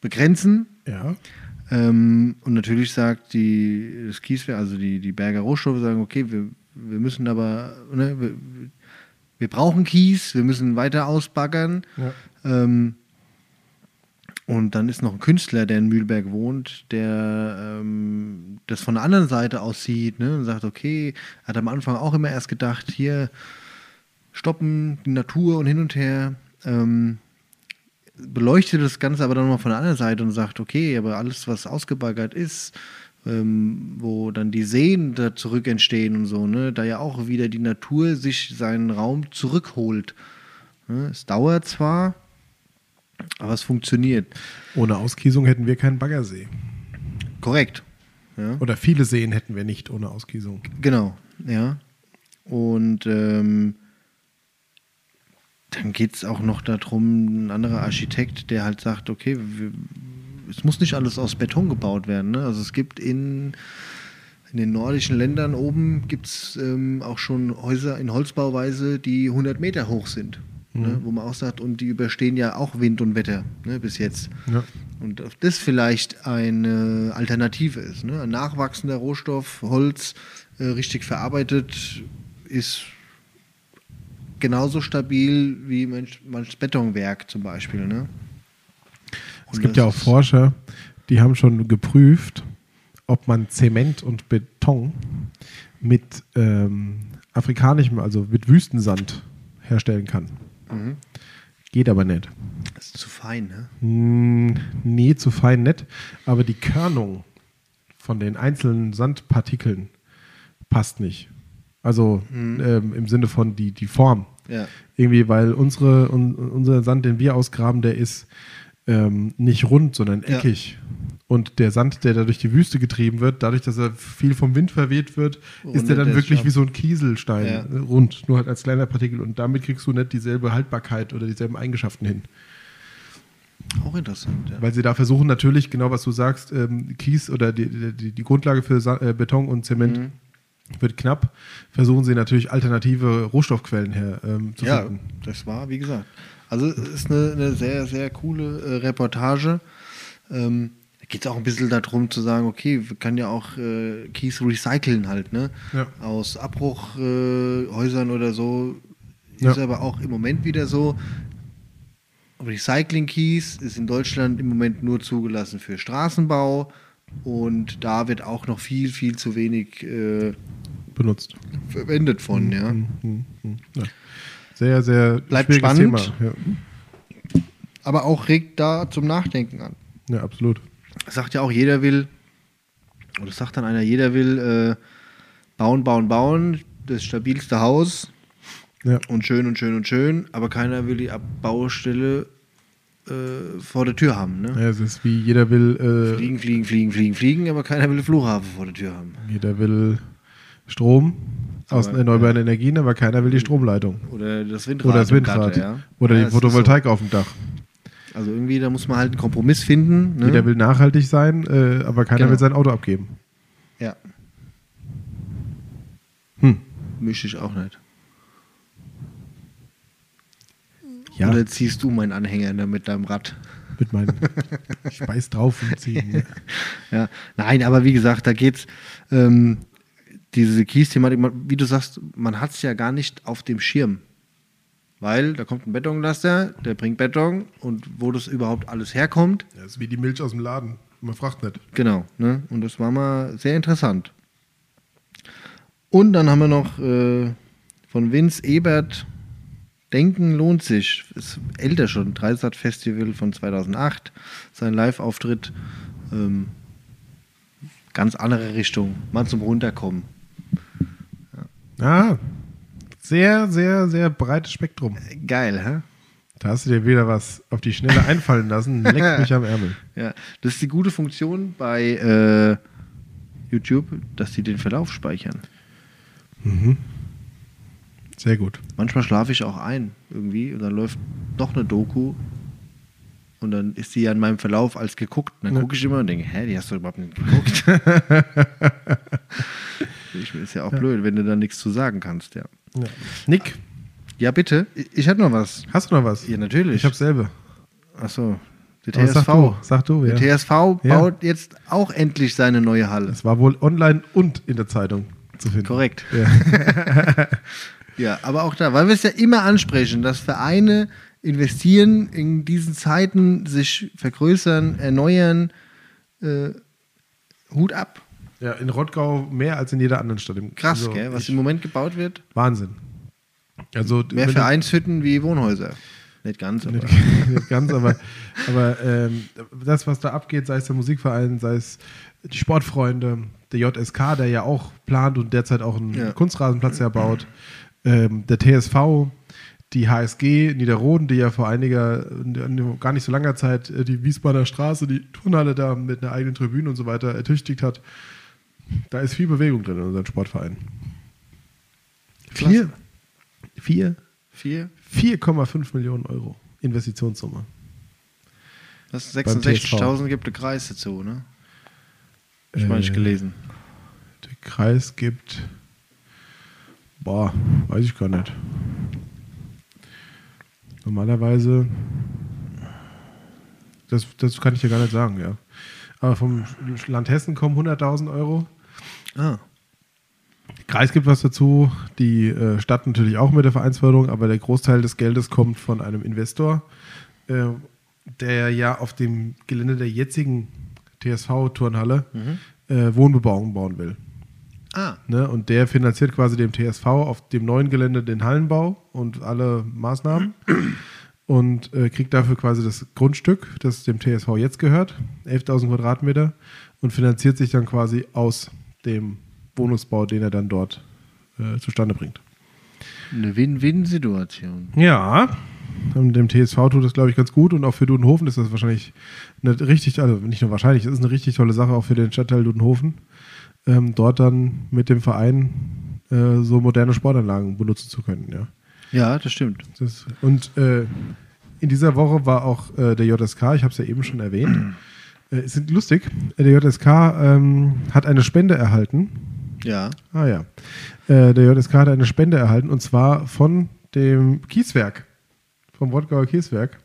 begrenzen.
Ja.
Ähm, und natürlich sagt die, das Kieswerk, also die, die Berger Rohstoffe sagen, okay, wir, wir müssen aber, ne, wir, wir brauchen Kies, wir müssen weiter ausbaggern.
Ja.
Ähm, und dann ist noch ein Künstler, der in Mühlberg wohnt, der ähm, das von der anderen Seite aus sieht ne, und sagt, okay, hat am Anfang auch immer erst gedacht, hier stoppen, die Natur und hin und her. Ähm, beleuchtet das Ganze aber dann mal von der anderen Seite und sagt, okay, aber alles, was ausgebaggert ist, ähm, wo dann die Seen da zurück entstehen und so, ne, da ja auch wieder die Natur sich seinen Raum zurückholt. Ne, es dauert zwar, aber es funktioniert.
Ohne Auskiesung hätten wir keinen Baggersee.
Korrekt. Ja.
Oder viele Seen hätten wir nicht ohne Auskiesung.
Genau, ja. Und ähm, dann geht es auch noch darum, ein anderer Architekt, der halt sagt, okay, wir, es muss nicht alles aus Beton gebaut werden. Ne? Also es gibt in, in den nordischen Ländern oben gibt's, ähm, auch schon Häuser in Holzbauweise, die 100 Meter hoch sind. Ne? Wo man auch sagt, und die überstehen ja auch Wind und Wetter ne, bis jetzt.
Ja.
Und ob das vielleicht eine Alternative ist. Ne? Ein nachwachsender Rohstoff, Holz, äh, richtig verarbeitet, ist genauso stabil wie manch, manches Betonwerk zum Beispiel. Ne?
Es
Und
gibt
das
ja auch
ist-
Forscher, die haben schon geprüft, ob man Zement und Beton mit ähm, afrikanischem, also mit Wüstensand herstellen kann.
Mhm.
Geht aber nicht.
Das ist zu fein, ne?
Hm, nee, zu fein nicht. Aber die Körnung von den einzelnen Sandpartikeln passt nicht. Also ähm, im Sinne von die, die Form.
Mhm. Ja.
Irgendwie, weil unsere, un, unser Sand, den wir ausgraben, der ist ähm, nicht rund, sondern
Ja.
eckig. Und der Sand, der da durch die Wüste getrieben wird, dadurch, dass er viel vom Wind verweht wird, ist
Rundet
der dann
der
wirklich
Stamm.
wie so ein Kieselstein.
Ja.
äh, Rund, nur halt als kleiner Partikel. Und damit kriegst du nicht dieselbe Haltbarkeit oder dieselben Eigenschaften hin.
Auch interessant, ja.
Weil sie da versuchen natürlich, genau was du sagst, ähm, Kies oder die, die, die Grundlage für Sa äh, Beton und Zement
Mhm.
wird knapp, versuchen sie natürlich alternative Rohstoffquellen her ähm, zu
ja,
finden.
das war, wie gesagt. Also es ist eine, eine sehr, sehr coole äh, Reportage. Ähm, da geht es auch ein bisschen darum zu sagen, okay, wir können ja auch äh, Kies recyceln halt, ne?
Ja.
Aus Abbruchhäusern äh, Häusern oder so.
Ja.
Ist aber auch im Moment wieder so. Recycling-Kies ist in Deutschland im Moment nur zugelassen für Straßenbau und da wird auch noch viel, viel zu wenig äh,
Benutzt.
verwendet von, ja.
Mhm. Ja. Sehr, sehr
Bleibt
schwieriges
spannend.
Thema.
Aber auch regt da zum Nachdenken an.
Ja. ja, absolut.
sagt ja auch, jeder will, oder sagt dann einer, jeder will äh, bauen, bauen, bauen, das stabilste Haus
Ja.
und schön und schön und schön, aber keiner will die Abbaustelle äh, vor der Tür haben. Ne?
ja, es ist wie jeder will, äh,
Fliegen, fliegen, fliegen, fliegen, fliegen, aber keiner will den Flughafen vor der Tür haben.
äh, jeder will Strom aus
Aber,
erneuerbaren Energien, aber keiner will die Stromleitung.
Oder das Windrad.
Oder das
Mhm. im
Windrad.
Gatter, ja.
Oder
ja,
die
es ist
Photovoltaik auf dem Dach.
So. Also irgendwie, da muss man halt einen Kompromiss finden. Ne?
Jeder will nachhaltig sein, äh, aber keiner
Genau.
will sein Auto abgeben.
Ja.
Hm.
Mische ich auch nicht.
Ja.
Oder ziehst du meinen Anhänger ne, mit deinem Rad?
mit meinem Speis drauf und ziehen. ne?
Ja, nein, aber wie gesagt, da geht's ähm, diese Kies-Thematik, man- wie du sagst, man hat es ja gar nicht auf dem Schirm. Weil da kommt ein Betonlaster, der bringt Beton und wo das überhaupt alles herkommt,
Das ist wie die Milch aus dem Laden. Man fragt nicht.
Genau, ne? Und das war mal sehr interessant. Und dann haben wir noch äh, von Vince Ebert Denken lohnt sich. Ist älter schon. Dreisat Festival von 2008. Sein Live-Auftritt. Ähm, ganz andere Richtung. Mal zum Runterkommen.
Ah, sehr, sehr, sehr breites Spektrum.
Geil, hä?
Da hast du dir wieder was auf die Schnelle einfallen lassen. Leck mich am Ärmel.
Ja, das ist die gute Funktion bei äh, YouTube, dass die den Verlauf speichern.
Sehr gut.
Manchmal schlafe ich auch ein irgendwie und dann läuft noch eine Doku und dann ist die ja in meinem Verlauf als geguckt. Und dann gucke ich immer und denke, hä, die hast du überhaupt nicht geguckt. ich, ist ja auch blöd, wenn du dann nichts zu sagen kannst, ja.
Nick,
Ja, bitte. Ich, ich hatte noch was.
hast du noch was?
Ja, natürlich.
Ich habe selber.
Achso, der
Aber
TSV.
Sag du, sag du ja.
Der TSV
Ja.
baut jetzt auch endlich seine neue Halle.
Es war wohl online und in der Zeitung zu finden.
Korrekt.
Ja.
Ja, aber auch da, weil wir es ja immer ansprechen, dass Vereine investieren in diesen Zeiten, sich vergrößern, erneuern. Äh, Hut ab.
ja, in Rottgau mehr als in jeder anderen Stadt. Im-
Krass,
also,
gell, was
ich-
im Moment gebaut wird.
Wahnsinn. Also
Mehr
wenn du-
Vereinshütten wie Wohnhäuser. Nicht ganz, aber.
Nicht ganz, aber, aber ähm, das, was da abgeht, sei es der Musikverein, sei es die Sportfreunde, der JSK, der ja auch plant und derzeit auch einen
Ja. Mhm.
Kunstrasenplatz erbaut, ähm, der TSV, die HSG Niederroden, die ja vor einiger, gar nicht so langer Zeit äh, die Wiesbadener Straße, die Turnhalle da mit einer eigenen Tribüne und so weiter ertüchtigt hat. Da ist viel Bewegung drin in unserem Sportverein. Vier,
Klasse.
vier
Vier,
4,5 Millionen Euro Investitionssumme.
das
Beim
66.000 gibt der Kreis dazu, ne? Ich meine, ich
Äh,
gelesen.
Der Kreis gibt. Boah, weiß ich gar nicht. Normalerweise. Das, das kann ich ja gar nicht sagen, ja. Aber vom Land Hessen kommen 100.000 Euro.
Ah,
Der Kreis gibt was dazu. Die äh, Stadt natürlich auch mit der Vereinsförderung, aber der Großteil des Geldes kommt von einem Investor, äh, der ja auf dem Gelände der jetzigen TSV-Turnhalle äh, Wohnbebauung bauen will.
ah
Ne? Und der finanziert quasi dem TSV auf dem neuen Gelände den Hallenbau und alle Maßnahmen und äh, kriegt dafür quasi das Grundstück, das dem TSV jetzt gehört, 11.000 Quadratmeter, und finanziert sich dann quasi aus dem Wohnungsbau, den er dann dort äh, zustande bringt.
eine Win-Win-Situation.
Ja, und dem TSV tut das, glaube ich, ganz gut und auch für Dudenhofen ist das wahrscheinlich eine richtig, also nicht nur wahrscheinlich, es ist eine richtig tolle Sache auch für den Stadtteil Dudenhofen, ähm, dort dann mit dem Verein äh, so moderne Sportanlagen benutzen zu können. Ja.
Ja, das stimmt.
Das, und äh, in dieser Woche war auch äh, der JSK, ich habe es ja eben schon erwähnt, äh, es ist lustig, äh, der JSK ähm, hat eine Spende erhalten
Ja.
Ah ja. Äh, der JSK hat eine Spende erhalten und zwar von dem Kieswerk. Vom Rottgauer Kieswerk.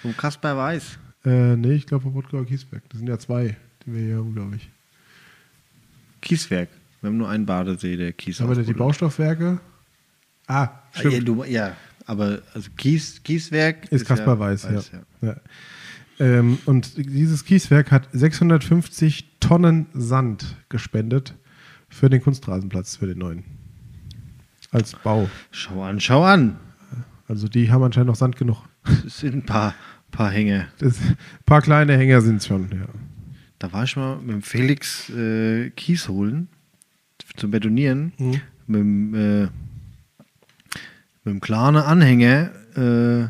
Vom Kasper Weiß.
Äh, nee, ich glaube vom Rottgauer Kieswerk. Das sind ja zwei, die wir hier haben, glaube ich.
Kieswerk. Wir haben nur einen Badesee, der Kies
Aber die
ausbuddelt.
Baustoffwerke. Ah,
Ja,
stimmt.
du, ja aber also Kies, Kieswerk
Ist Kaspar Weiß, ja.
ja.
ja. Ähm, und dieses Kieswerk hat 650 Tonnen Sand gespendet für den Kunstrasenplatz, für den neuen. Als Bau.
Schau an, schau an.
Also die haben anscheinend noch Sand genug.
Es sind ein paar, paar Hänge.
Das, ein paar kleine Hänger sind es schon, ja.
Da war ich mal mit dem Felix äh, Kies holen zum Betonieren.
Mhm.
Mit, dem, äh, mit dem kleinen Anhänger äh,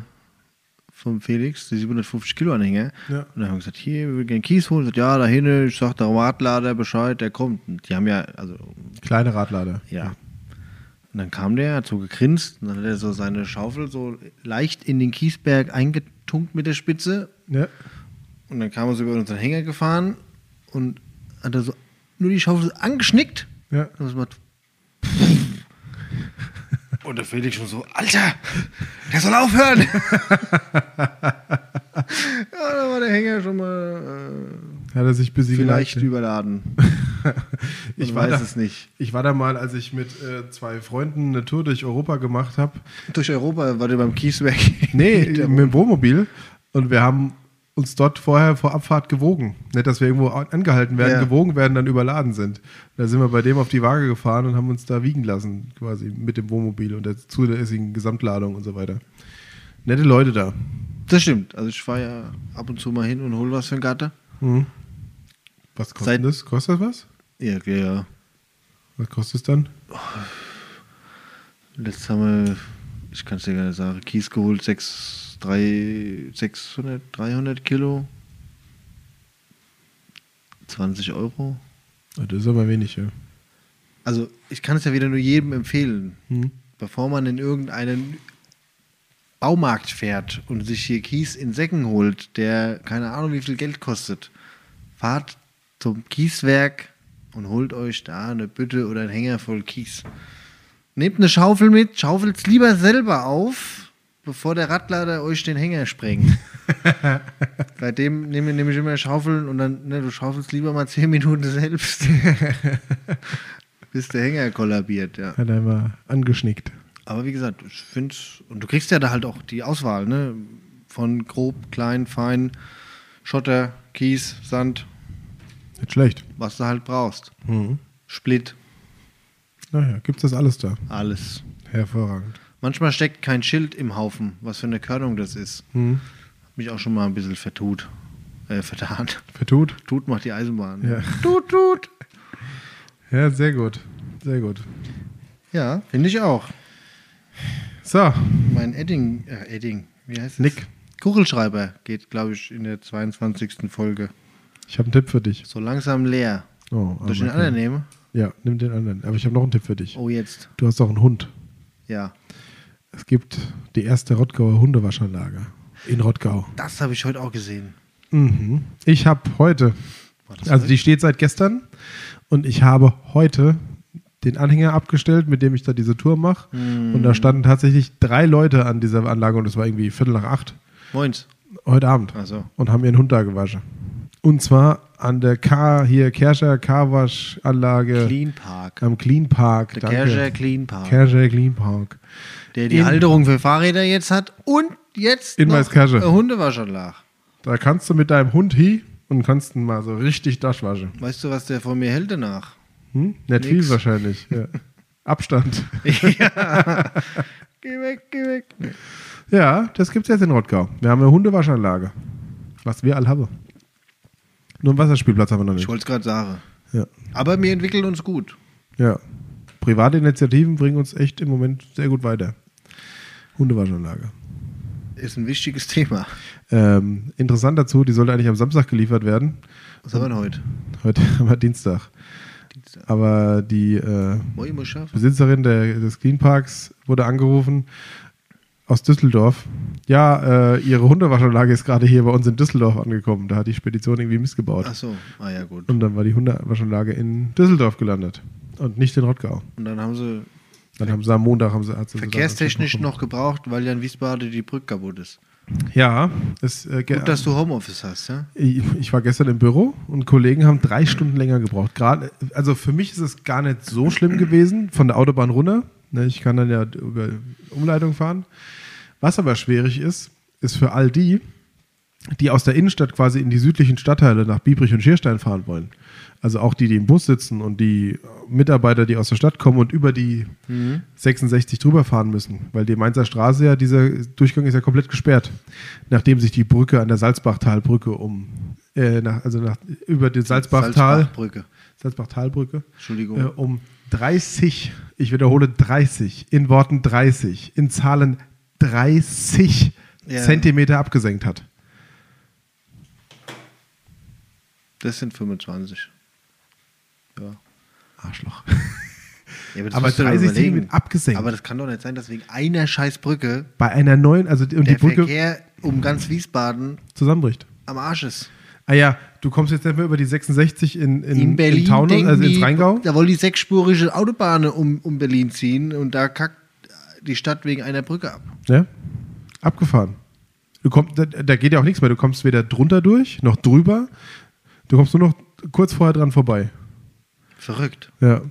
vom Felix, der 750 Kilo Anhänger.
Ja.
Und dann haben wir gesagt, hier, wir würden gerne Kies holen. Sagt, ja, da hinten, ich sag der Radlader Bescheid, der kommt. Und die haben ja, also
Kleine Radlader.
Ja. Und dann kam der, hat so gegrinst und dann hat er so seine Schaufel so leicht in den Kiesberg eingetunkt mit der Spitze.
Ja.
Und dann kam er so über unseren Hänger gefahren und hat er so nur die Schaufel so angeschnickt.
Ja.
Und, so gemacht. und der Felix schon so, Alter, der soll aufhören. ja, da war der Hänger schon mal
Hat er sich
äh,
besiegen
vielleicht
lassen.
überladen.
Ich
Man
war,
weiß
da,
es nicht.
ich war da mal, als ich mit äh, zwei Freunden eine Tour durch Europa gemacht habe.
Durch Europa war der beim Kiesberg.
Nee, mit dem Wohnmobil. Und wir haben uns dort vorher vor Abfahrt gewogen. Nicht, dass wir irgendwo an- angehalten werden,
Ja.
gewogen werden, dann überladen sind. Da sind wir bei dem auf die Waage gefahren und haben uns da wiegen lassen, quasi mit dem Wohnmobil und der zulässigen Gesamtladung und so weiter. Nette Leute da.
Das stimmt. Also ich fahre ja ab und zu mal hin und hole was für den Gatter.
Was kostet
Mhm. Seit-
das? Kostet das was?
Ja, ja, ja.
Was kostet es dann?
Letztes haben wir, ich kann es dir gar nicht sagen, Kies geholt, 6, 3, 600, 300 Kilo. 20 Euro.
Ah, Das ist aber wenig, ja.
Also ich kann es ja wieder nur jedem empfehlen.
Hm.
Bevor man in irgendeinen Baumarkt fährt und sich hier Kies in Säcken holt, der keine Ahnung wie viel Geld kostet, fahrt zum Kieswerk und holt euch da eine Bütte oder einen Hänger voll Kies. Nehmt eine Schaufel mit, schaufelt's lieber selber auf, bevor der Radlader euch den Hänger sprengt. Seitdem nehme nehm ich immer Schaufeln und dann, ne, du schaufelst lieber mal 10 Minuten selbst. Bis der Hänger kollabiert, ja.
Hat einmal angeschnickt.
Aber wie gesagt, ich finde und du kriegst ja da halt auch die Auswahl, ne? Von grob, klein, fein, Schotter, Kies, Sand,
Nicht schlecht.
was du halt brauchst.
Mhm.
Split,
Naja, gibt's das alles da.
alles.
Hervorragend.
Manchmal steckt kein Schild im Haufen, was für eine Körnung das ist.
Hm.
Hab Mich auch schon mal ein bisschen vertut. Äh, vertan.
Vertut?
Tut macht die Eisenbahn.
Ja.
Tut, tut.
Ja, sehr gut. Sehr gut.
Ja, finde ich auch.
So,
Mein Edding, äh, Edding, wie heißt es?
Nick.
Kuchelschreiber geht, glaube ich, in der 22. Folge.
ich habe einen Tipp für dich.
So langsam leer.
Oh,
Soll ich den
armer
anderen
Kerl.
nehmen?
Ja, nimm den anderen. Aber ich habe noch einen Tipp für dich.
Oh, jetzt.
Du hast doch einen Hund.
Ja.
Es gibt die erste Rottgauer Hundewaschanlage in Rottgau.
Das habe ich heute auch gesehen.
Mhm. Ich habe heute,
War das
also die steht seit gestern und ich habe heute den Anhänger abgestellt, mit dem ich da diese Tour mache.
Hm.
Und da standen tatsächlich drei Leute an dieser Anlage und es war irgendwie Viertel nach acht
Moins.
heute Abend
Ach so.
und haben ihren Hund da gewaschen. Und zwar an der K hier Kerscher Carwash-Anlage
Clean Park.
am Clean Park.
Der
danke.
Kerscher Clean Park.
Kerscher Clean Park.
der die
in-
Halterung für Fahrräder jetzt hat und jetzt
In
noch
Weißkirche.
eine Hundewaschanlage.
Da kannst du mit deinem Hund hi und kannst ihn mal so richtig das waschen.
Weißt du, was der von mir hält danach?
Hm? Nicht viel
Nix.
wahrscheinlich. Ja. Abstand.
Geh weg, geh weg. Nee.
Ja, das gibt's jetzt in Rottgau. Wir haben eine Hundewaschanlage. Was wir alle haben. Nur einen Wasserspielplatz haben wir noch
Ich
nicht.
wollte es gerade sagen.
Ja.
Aber wir entwickeln uns gut.
ja. Private Initiativen bringen uns echt im Moment sehr gut weiter. Hundewaschanlage.
Ist ein wichtiges Thema.
Ähm, interessant dazu, die sollte eigentlich am Samstag geliefert werden.
Was haben wir denn heute?
Heute haben wir Dienstag.
Dienstag.
Aber die äh,
Moi, muss schaffen.
Besitzerin der, des Clean Parks wurde angerufen aus Düsseldorf. Ja, äh, ihre Hundewaschanlage ist gerade hier bei uns in Düsseldorf angekommen. Da hat die Spedition irgendwie missgebaut.
Ach so. Ah ja, gut.
Und dann war die Hundewaschanlage in Düsseldorf gelandet und nicht in Rottgau.
Und dann haben sie
Dann haben sie am Montag haben sie, hat sie gesagt,
verkehrstechnisch
das
noch gebraucht, weil ja in Wiesbaden die Brücke kaputt ist.
ist- Ja, es, äh, ge-
Gut, dass du Homeoffice hast, ja?
ich, ich war gestern im Büro und Kollegen haben drei Stunden länger gebraucht. Gerade, also für mich ist es gar nicht so schlimm gewesen von der Autobahn runter. Ne, ich kann dann ja über Umleitung fahren. Was aber schwierig ist, ist für all die, die aus der Innenstadt quasi in die südlichen Stadtteile nach Biebrich und Schierstein fahren wollen. Also auch die, die im Bus sitzen und die Mitarbeiter, die aus der Stadt kommen und über die 66 drüber fahren müssen. Weil die Mainzer Straße ja, dieser Durchgang ist ja komplett gesperrt. Nachdem sich die Brücke an der Salzbachtalbrücke um, äh, nach, also nach, über den Salzbachtal,
Salzbachbrücke.
Salzbachtalbrücke,
Entschuldigung.
äh, um 30, ich wiederhole 30, in Worten 30, in Zahlen 30
Ja.
Zentimeter abgesenkt hat.
Das sind 25. Ja.
Arschloch.
Ja, das
Aber
musst du dir
30
überlegen.
Zentimeter abgesenkt.
Aber das kann doch nicht sein, dass wegen einer scheiß Brücke
Bei einer neuen, also die- und
der
die Brücke
Verkehr um ganz Wiesbaden
zusammenbricht.
am Arsch ist.
Ah ja, du kommst jetzt nicht mehr über die 66 in, in,
In, Berlin
in Taunus,
denken
also ins
die,
Rheingau.
Da wollen die sechsspurige Autobahnen um, um Berlin ziehen und da kackt die Stadt wegen einer Brücke ab.
Ja. Abgefahren. Du kommst, da, da geht ja auch nichts mehr. Du kommst weder drunter durch noch drüber. Du kommst nur noch kurz vorher dran vorbei.
Verrückt.
Ja.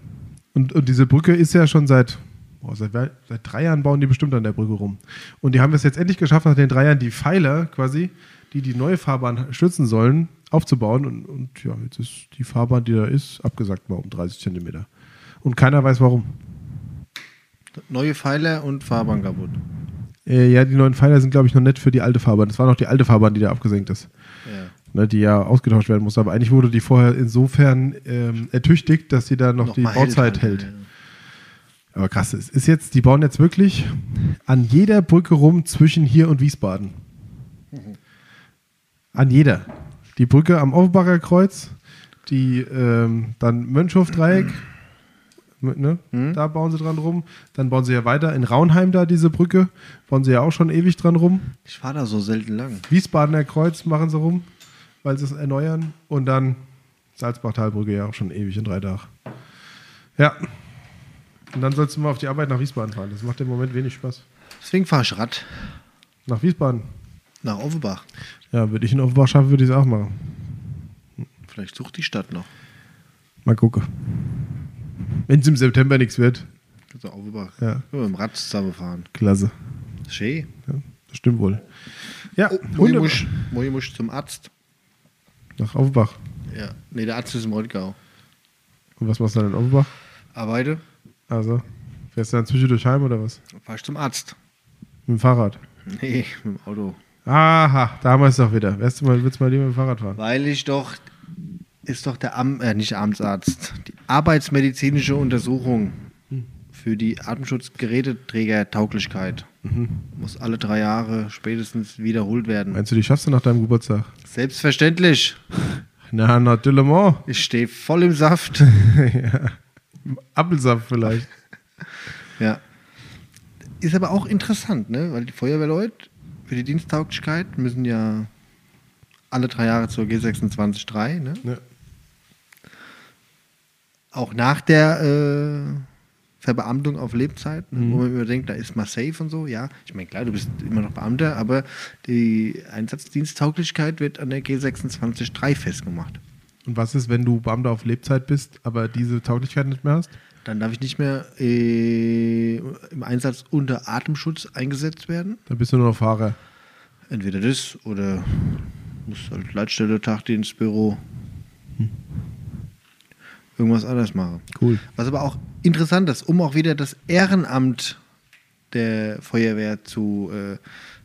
Und, und diese Brücke ist ja schon seit, boah, seit, seit drei Jahren bauen die bestimmt an der Brücke rum. Und die haben es jetzt endlich geschafft, nach den drei Jahren die Pfeiler quasi die die neue Fahrbahn schützen sollen, aufzubauen. Und, und ja, jetzt ist die Fahrbahn, die da ist, abgesagt mal um 30 Zentimeter. Und keiner weiß warum.
Neue Pfeiler und Fahrbahn kaputt.
Äh, ja, die neuen Pfeiler sind, glaube ich, noch nett für die alte Fahrbahn. Das war noch die alte Fahrbahn, die da abgesenkt ist.
Ja.
ne, die ja ausgetauscht werden musste. Aber eigentlich wurde die vorher insofern ähm, ertüchtigt, dass sie da noch, die
Nochmal
Bauzeit
halt,
hält. Aber krass, es ist jetzt, die bauen jetzt wirklich an jeder Brücke rum zwischen hier und Wiesbaden. An jeder. Die Brücke am Offenbacher Kreuz, die ähm, dann Mönchhofdreieck, m- ne? da bauen sie dran rum. Dann bauen sie ja weiter in Raunheim da diese Brücke, bauen sie ja auch schon ewig dran rum.
Ich fahre da so selten lang.
Wiesbadener Kreuz machen sie rum, weil sie es erneuern. Und dann Salzbachtalbrücke ja auch schon ewig in drei Tagen. Ja. Und dann sollst du mal auf die Arbeit nach Wiesbaden fahren. Das macht im Moment wenig Spaß.
Deswegen fahre ich Rad
Nach Wiesbaden.
nach Offenbach.
Ja, würde ich in Offenbach schaffen, würde ich es auch machen.
Vielleicht sucht die Stadt noch.
Mal gucken. Wenn es im September nichts wird.
Also Offenbach.
Ja.
Können wir mit dem Rad zusammenfahren.
Klasse.
Schön.
Ja, das stimmt wohl. Ja,
Oh, morgen
Äh, Hunde
muss, ich- morgen muss ich zum Arzt.
nach Offenbach.
Ja. Nee, der Arzt ist im Rottgau.
Und was machst du dann in Offenbach?
Arbeite,
Also, fährst du dann zwischendurch heim oder was?
fahre ich zum Arzt.
Mit dem Fahrrad?
Nee, mit dem Auto.
Aha, da haben wir es doch wieder. Wärst du mal, würdest du mal lieber mit dem Fahrrad fahren?
Weil ich doch, ist doch der Am äh, nicht Amtsarzt, die arbeitsmedizinische Untersuchung
Hm.
für die Atemschutzgeräteträgertauglichkeit
Mhm.
muss alle drei Jahre spätestens wiederholt werden.
Meinst du, die schaffst du nach deinem Geburtstag?
Selbstverständlich.
Na, natürlich mal.
Ich stehe voll im Saft.
Apfelsaft vielleicht.
ja. Ist aber auch interessant, ne? Weil die Feuerwehrleute für die Diensttauglichkeit müssen ja alle drei Jahre zur G26-3, ne?
Ne?
auch nach der äh, Verbeamtung auf Lebzeit, ne, wo man immer denkt, da ist man safe und so, ja. Ich meine, klar, du bist immer noch Beamter, aber die Einsatzdiensttauglichkeit wird an der G26-3 festgemacht.
Und was ist, wenn du Beamter auf Lebzeit bist, aber diese Tauglichkeit nicht mehr hast?
Dann darf ich nicht mehr äh, im Einsatz unter Atemschutz eingesetzt werden.
Dann bist du nur noch Fahrer.
Entweder das oder muss halt Leitstelle, Tagdienst, Büro hm, irgendwas anderes machen.
Cool.
Was aber auch interessant ist, um auch wieder das Ehrenamt der Feuerwehr zu, äh,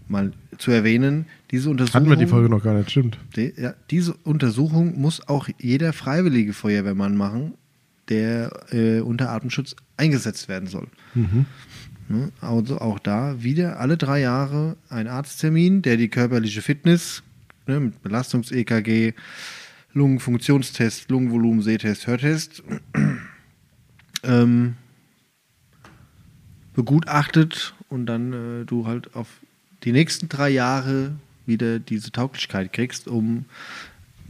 mal zu erwähnen, diese Untersuchung,
Hatten wir die Folge noch gar nicht, stimmt.
die, ja, diese Untersuchung muss auch jeder freiwillige Feuerwehrmann machen, der äh, unter Atemschutz eingesetzt werden soll. Ne? Also auch da wieder alle drei Jahre ein Arzttermin, der die körperliche Fitness ne, mit Belastungs-EKG, Lungenfunktionstest, Lungenvolumen, Sehtest, Hörtest ähm, begutachtet und dann äh, du halt auf die nächsten drei Jahre wieder diese Tauglichkeit kriegst, um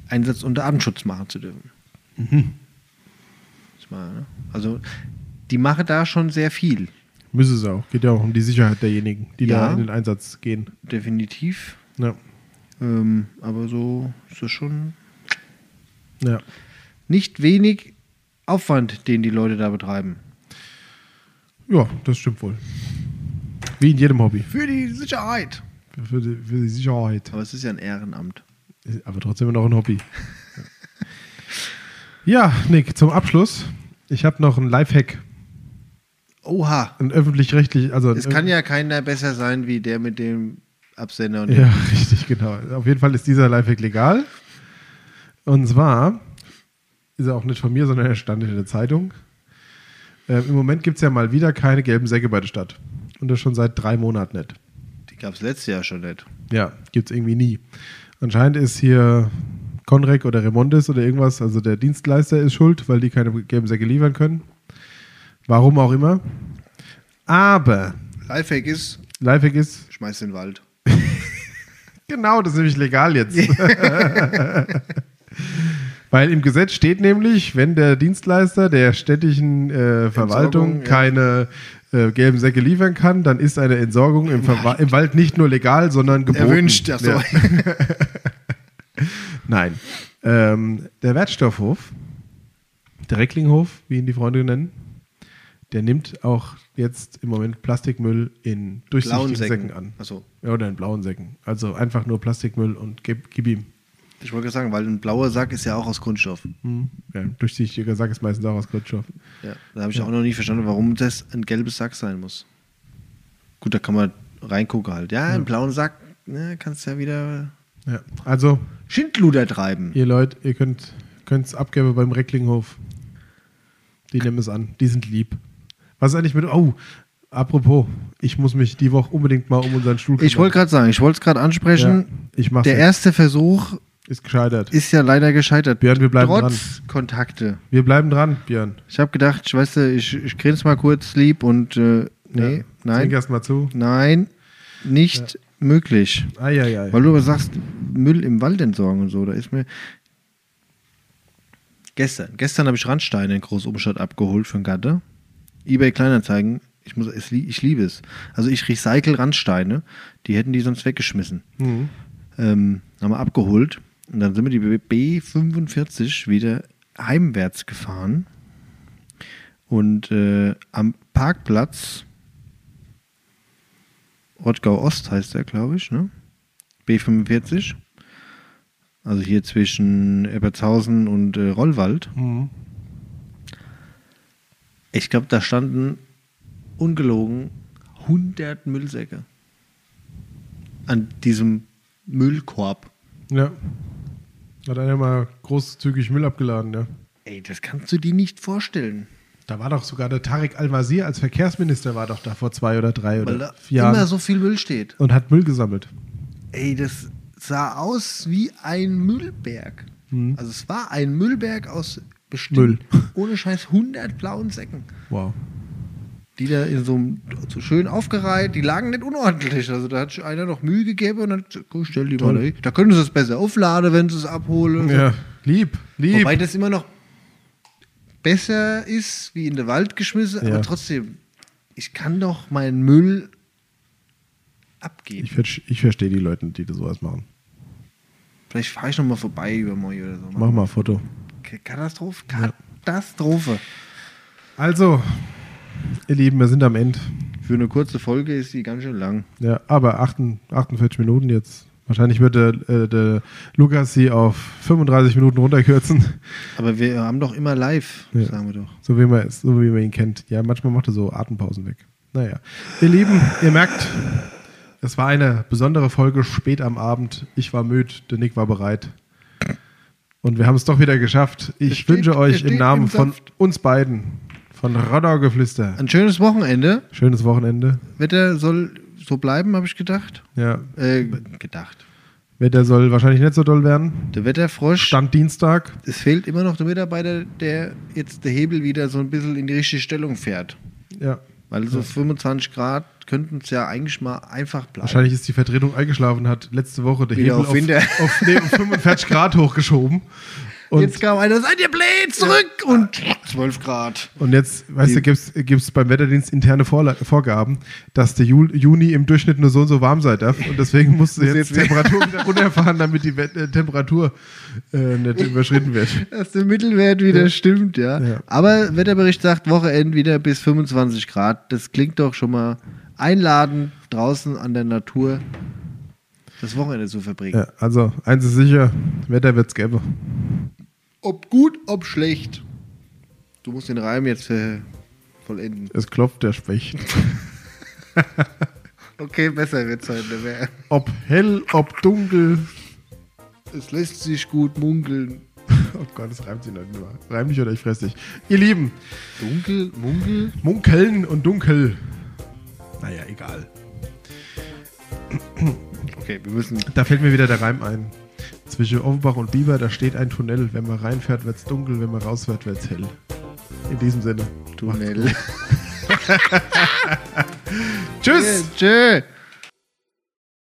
Einsatz unter Atemschutz machen zu dürfen. Mhm. Das Mal, ne? Also die machen da schon sehr viel.
Müsse es auch. Geht ja auch um die Sicherheit derjenigen, die da
Ja.
in den Einsatz gehen. Ne?
definitiv.
Ja.
Ähm, aber so ist das schon
ja.
nicht wenig Aufwand, den die Leute da betreiben.
Ja, das stimmt wohl. Wie in jedem Hobby.
Für die Sicherheit.
Für die, für die Sicherheit.
Aber es ist ja ein Ehrenamt.
Ist Aber trotzdem noch ein Hobby. Ja, Nick, zum Abschluss. Ich habe noch einen Lifehack.
Oha.
Ein öffentlich-rechtlich, also ein
Es kann ja keiner besser sein wie der mit dem Absender. Und
Ja, richtig, genau. Auf jeden Fall ist dieser Lifehack legal. Und zwar ist er auch nicht von mir, sondern er stand in der Zeitung. Ähm, Im Moment gibt es ja mal wieder keine gelben Säcke bei der Stadt. Und das schon seit drei Monaten nicht.
Die gab es letztes Jahr schon nicht.
Ja, gibt es irgendwie nie. Anscheinend ist hier Conrec oder Remondes oder irgendwas, also der Dienstleister ist schuld, weil die keine gelben Säcke liefern können. Warum auch immer. Aber
Lifehack ist,
Lifehack ist,
schmeiß in den Wald.
Genau, das ist nämlich legal jetzt. Weil im Gesetz steht nämlich, wenn der Dienstleister der städtischen äh, Verwaltung
Entsorgung, ja.
keine äh, gelben Säcke liefern kann, dann ist eine Entsorgung im, Verwa im Wald nicht nur legal, sondern geboten.
Erwünscht, ach so.
Ja. Nein. Ähm, der Wertstoffhof, der Recklinghof, wie ihn die Freunde nennen, der nimmt auch jetzt im Moment Plastikmüll in durchsichtigen
Blauen
Säcken.
Säcken.
an.
Achso.
Ja, oder in blauen Säcken. Also einfach nur Plastikmüll und gib, gib ihm.
Ich wollte gerade sagen, weil ein blauer Sack ist ja auch aus Kunststoff.
Hm. Ja, durchsichtiger Sack ist meistens auch aus Kunststoff.
Ja, da habe ich auch noch nie verstanden, warum das ein gelbes Sack sein muss. Gut, da kann man reingucken halt. Ja, einen blauen Sack ne, kannst ja wieder
Ja. Also,
Schindluder treiben.
ihr Leute, ihr könnt es abgeben beim Recklinghof. Die nehmen es an. Die sind lieb. Was ist eigentlich mit. Oh, apropos, ich muss mich die Woche unbedingt mal um unseren Stuhl
Ich wollte gerade sagen, ich wollte es gerade ansprechen.
Ja, ich mach's
Der
jetzt.
erste Versuch
Ist gescheitert.
ist ja leider gescheitert.
Björn, wir bleiben
Trotz Kontakte.
Wir bleiben dran, Björn.
Ich habe gedacht, ich weiß, ich, ich grinse mal kurz lieb und äh, nee,
Ja. Trink
nein,
erst mal zu.
nein, nicht möglich.
Eieiei.
Weil du aber sagst, Müll im Wald entsorgen und so, da ist mir. Gestern, gestern habe ich Randsteine in Großumstadt abgeholt für den Gatte. Ebay Kleinanzeigen, ich, muss, es, lie- ich liebe es. Also ich recycle Randsteine, die hätten die sonst weggeschmissen.
Mhm.
Ähm, haben wir abgeholt und dann sind wir die B- B45 wieder heimwärts gefahren. Und äh, am Parkplatz, Rottgau Ost heißt der, glaube ich, ne? B45. Also hier zwischen Ebertshausen und äh, Rollwald.
Mhm.
Ich glaube, da standen ungelogen 100 Müllsäcke an diesem Müllkorb.
Ja. Hat einer mal großzügig Müll abgeladen, ja.
Ey, das kannst du dir nicht vorstellen.
Da war doch sogar der Tarek Al-Wazir als Verkehrsminister war doch da vor zwei oder drei
Weil
oder
da
vier Jahren
immer so viel Müll steht.
und hat Müll gesammelt.
Ey, das sah aus wie ein Müllberg. Also es war ein Müllberg aus bestimmt ohne Scheiß 100 blauen Säcken.
Wow.
Die da in so einem, so schön aufgereiht, die lagen nicht unordentlich. Also da hat sich einer noch Mühe gegeben und hat gesagt, oh, stell die
Toll.
mal hin. Da können sie es besser aufladen, wenn sie es abholen.
Ja. Lieb, lieb.
Wobei das immer noch besser ist, wie in den Wald geschmissen,
Ja.
aber trotzdem, ich kann doch meinen Müll abgeben.
ich, ver- ich verstehe die Leute, die das sowas machen.
Vielleicht fahre ich nochmal vorbei über Moi oder so.
Mach mal ein Foto.
Katastrophe, Katastrophe.
Also, ihr Lieben, wir sind am Ende.
Für eine kurze Folge ist die ganz schön lang.
Ja, aber 48, 48 Minuten jetzt. Wahrscheinlich wird der, äh, der Lukas sie auf 35 Minuten runterkürzen.
Aber wir haben doch immer live,
Ja.
sagen wir doch.
So wie, man, so wie man ihn kennt. Ja, manchmal macht er so Atempausen weg. Naja. Ihr Lieben, ihr merkt, es war eine besondere Folge spät am Abend. Ich war müde, der Nick war bereit. Und wir haben es doch wieder geschafft. Ich
steht-
wünsche
er
euch
steht
im Namen
im
von
Saft.
uns beiden, von Rodau Geflüster,
Ein schönes Wochenende.
schönes Wochenende.
Wetter soll so bleiben, habe ich gedacht.
Ja,
Äh, gedacht.
Wetter soll wahrscheinlich nicht so doll werden.
Der Wetterfrosch.
Stand Dienstag.
Es fehlt immer noch der Mitarbeiter, der jetzt der Hebel wieder so ein bisschen in die richtige Stellung fährt.
Ja.
Weil so 25 Grad könnten es ja eigentlich mal einfach bleiben.
Wahrscheinlich ist die Vertretung eingeschlafen, hat letzte Woche der
Wieder
Hebel
auf Winter.
auf, auf nee, um 45 Grad hochgeschoben. Und
Jetzt kam einer, seid ihr bläht, zurück und 12 Grad.
Und jetzt, weißt du, gibt es beim Wetterdienst interne Vorla Vorgaben, dass der Jul Juni im Durchschnitt nur so und so warm sein darf. Und deswegen musst du jetzt,
jetzt
Temperatur wieder runterfahren, damit die Wett äh, Temperatur äh, nicht überschritten wird.
Dass der Mittelwert wieder stimmt, ja.
Ja.
Aber Wetterbericht sagt Wochenend wieder bis 25 Grad. Das klingt doch schon mal einladend, draußen an der Natur das Wochenende zu verbringen.
Ja, also, eins ist sicher, Wetter wird's gäbe.
Ob gut, ob schlecht. Du musst den Reim jetzt äh, vollenden.
Es klopft der Specht.
Okay, besser wird's heute. nicht mehr.
Ob hell, ob dunkel.
Es lässt sich gut munkeln.
Oh Gott, das reimt sich nicht mehr. Reim dich oder ich fress dich. Ihr Lieben,
Dunkel, munkel?
munkeln und dunkel. Naja, egal.
Okay, wir müssen.
Da fällt mir wieder der Reim ein. Zwischen Offenbach und Bieber, da steht ein Tunnel. Wenn man reinfährt, wird's dunkel, wenn man rausfährt, wird's hell. In diesem Sinne.
Tunnel.
Tschüss!
Tschö.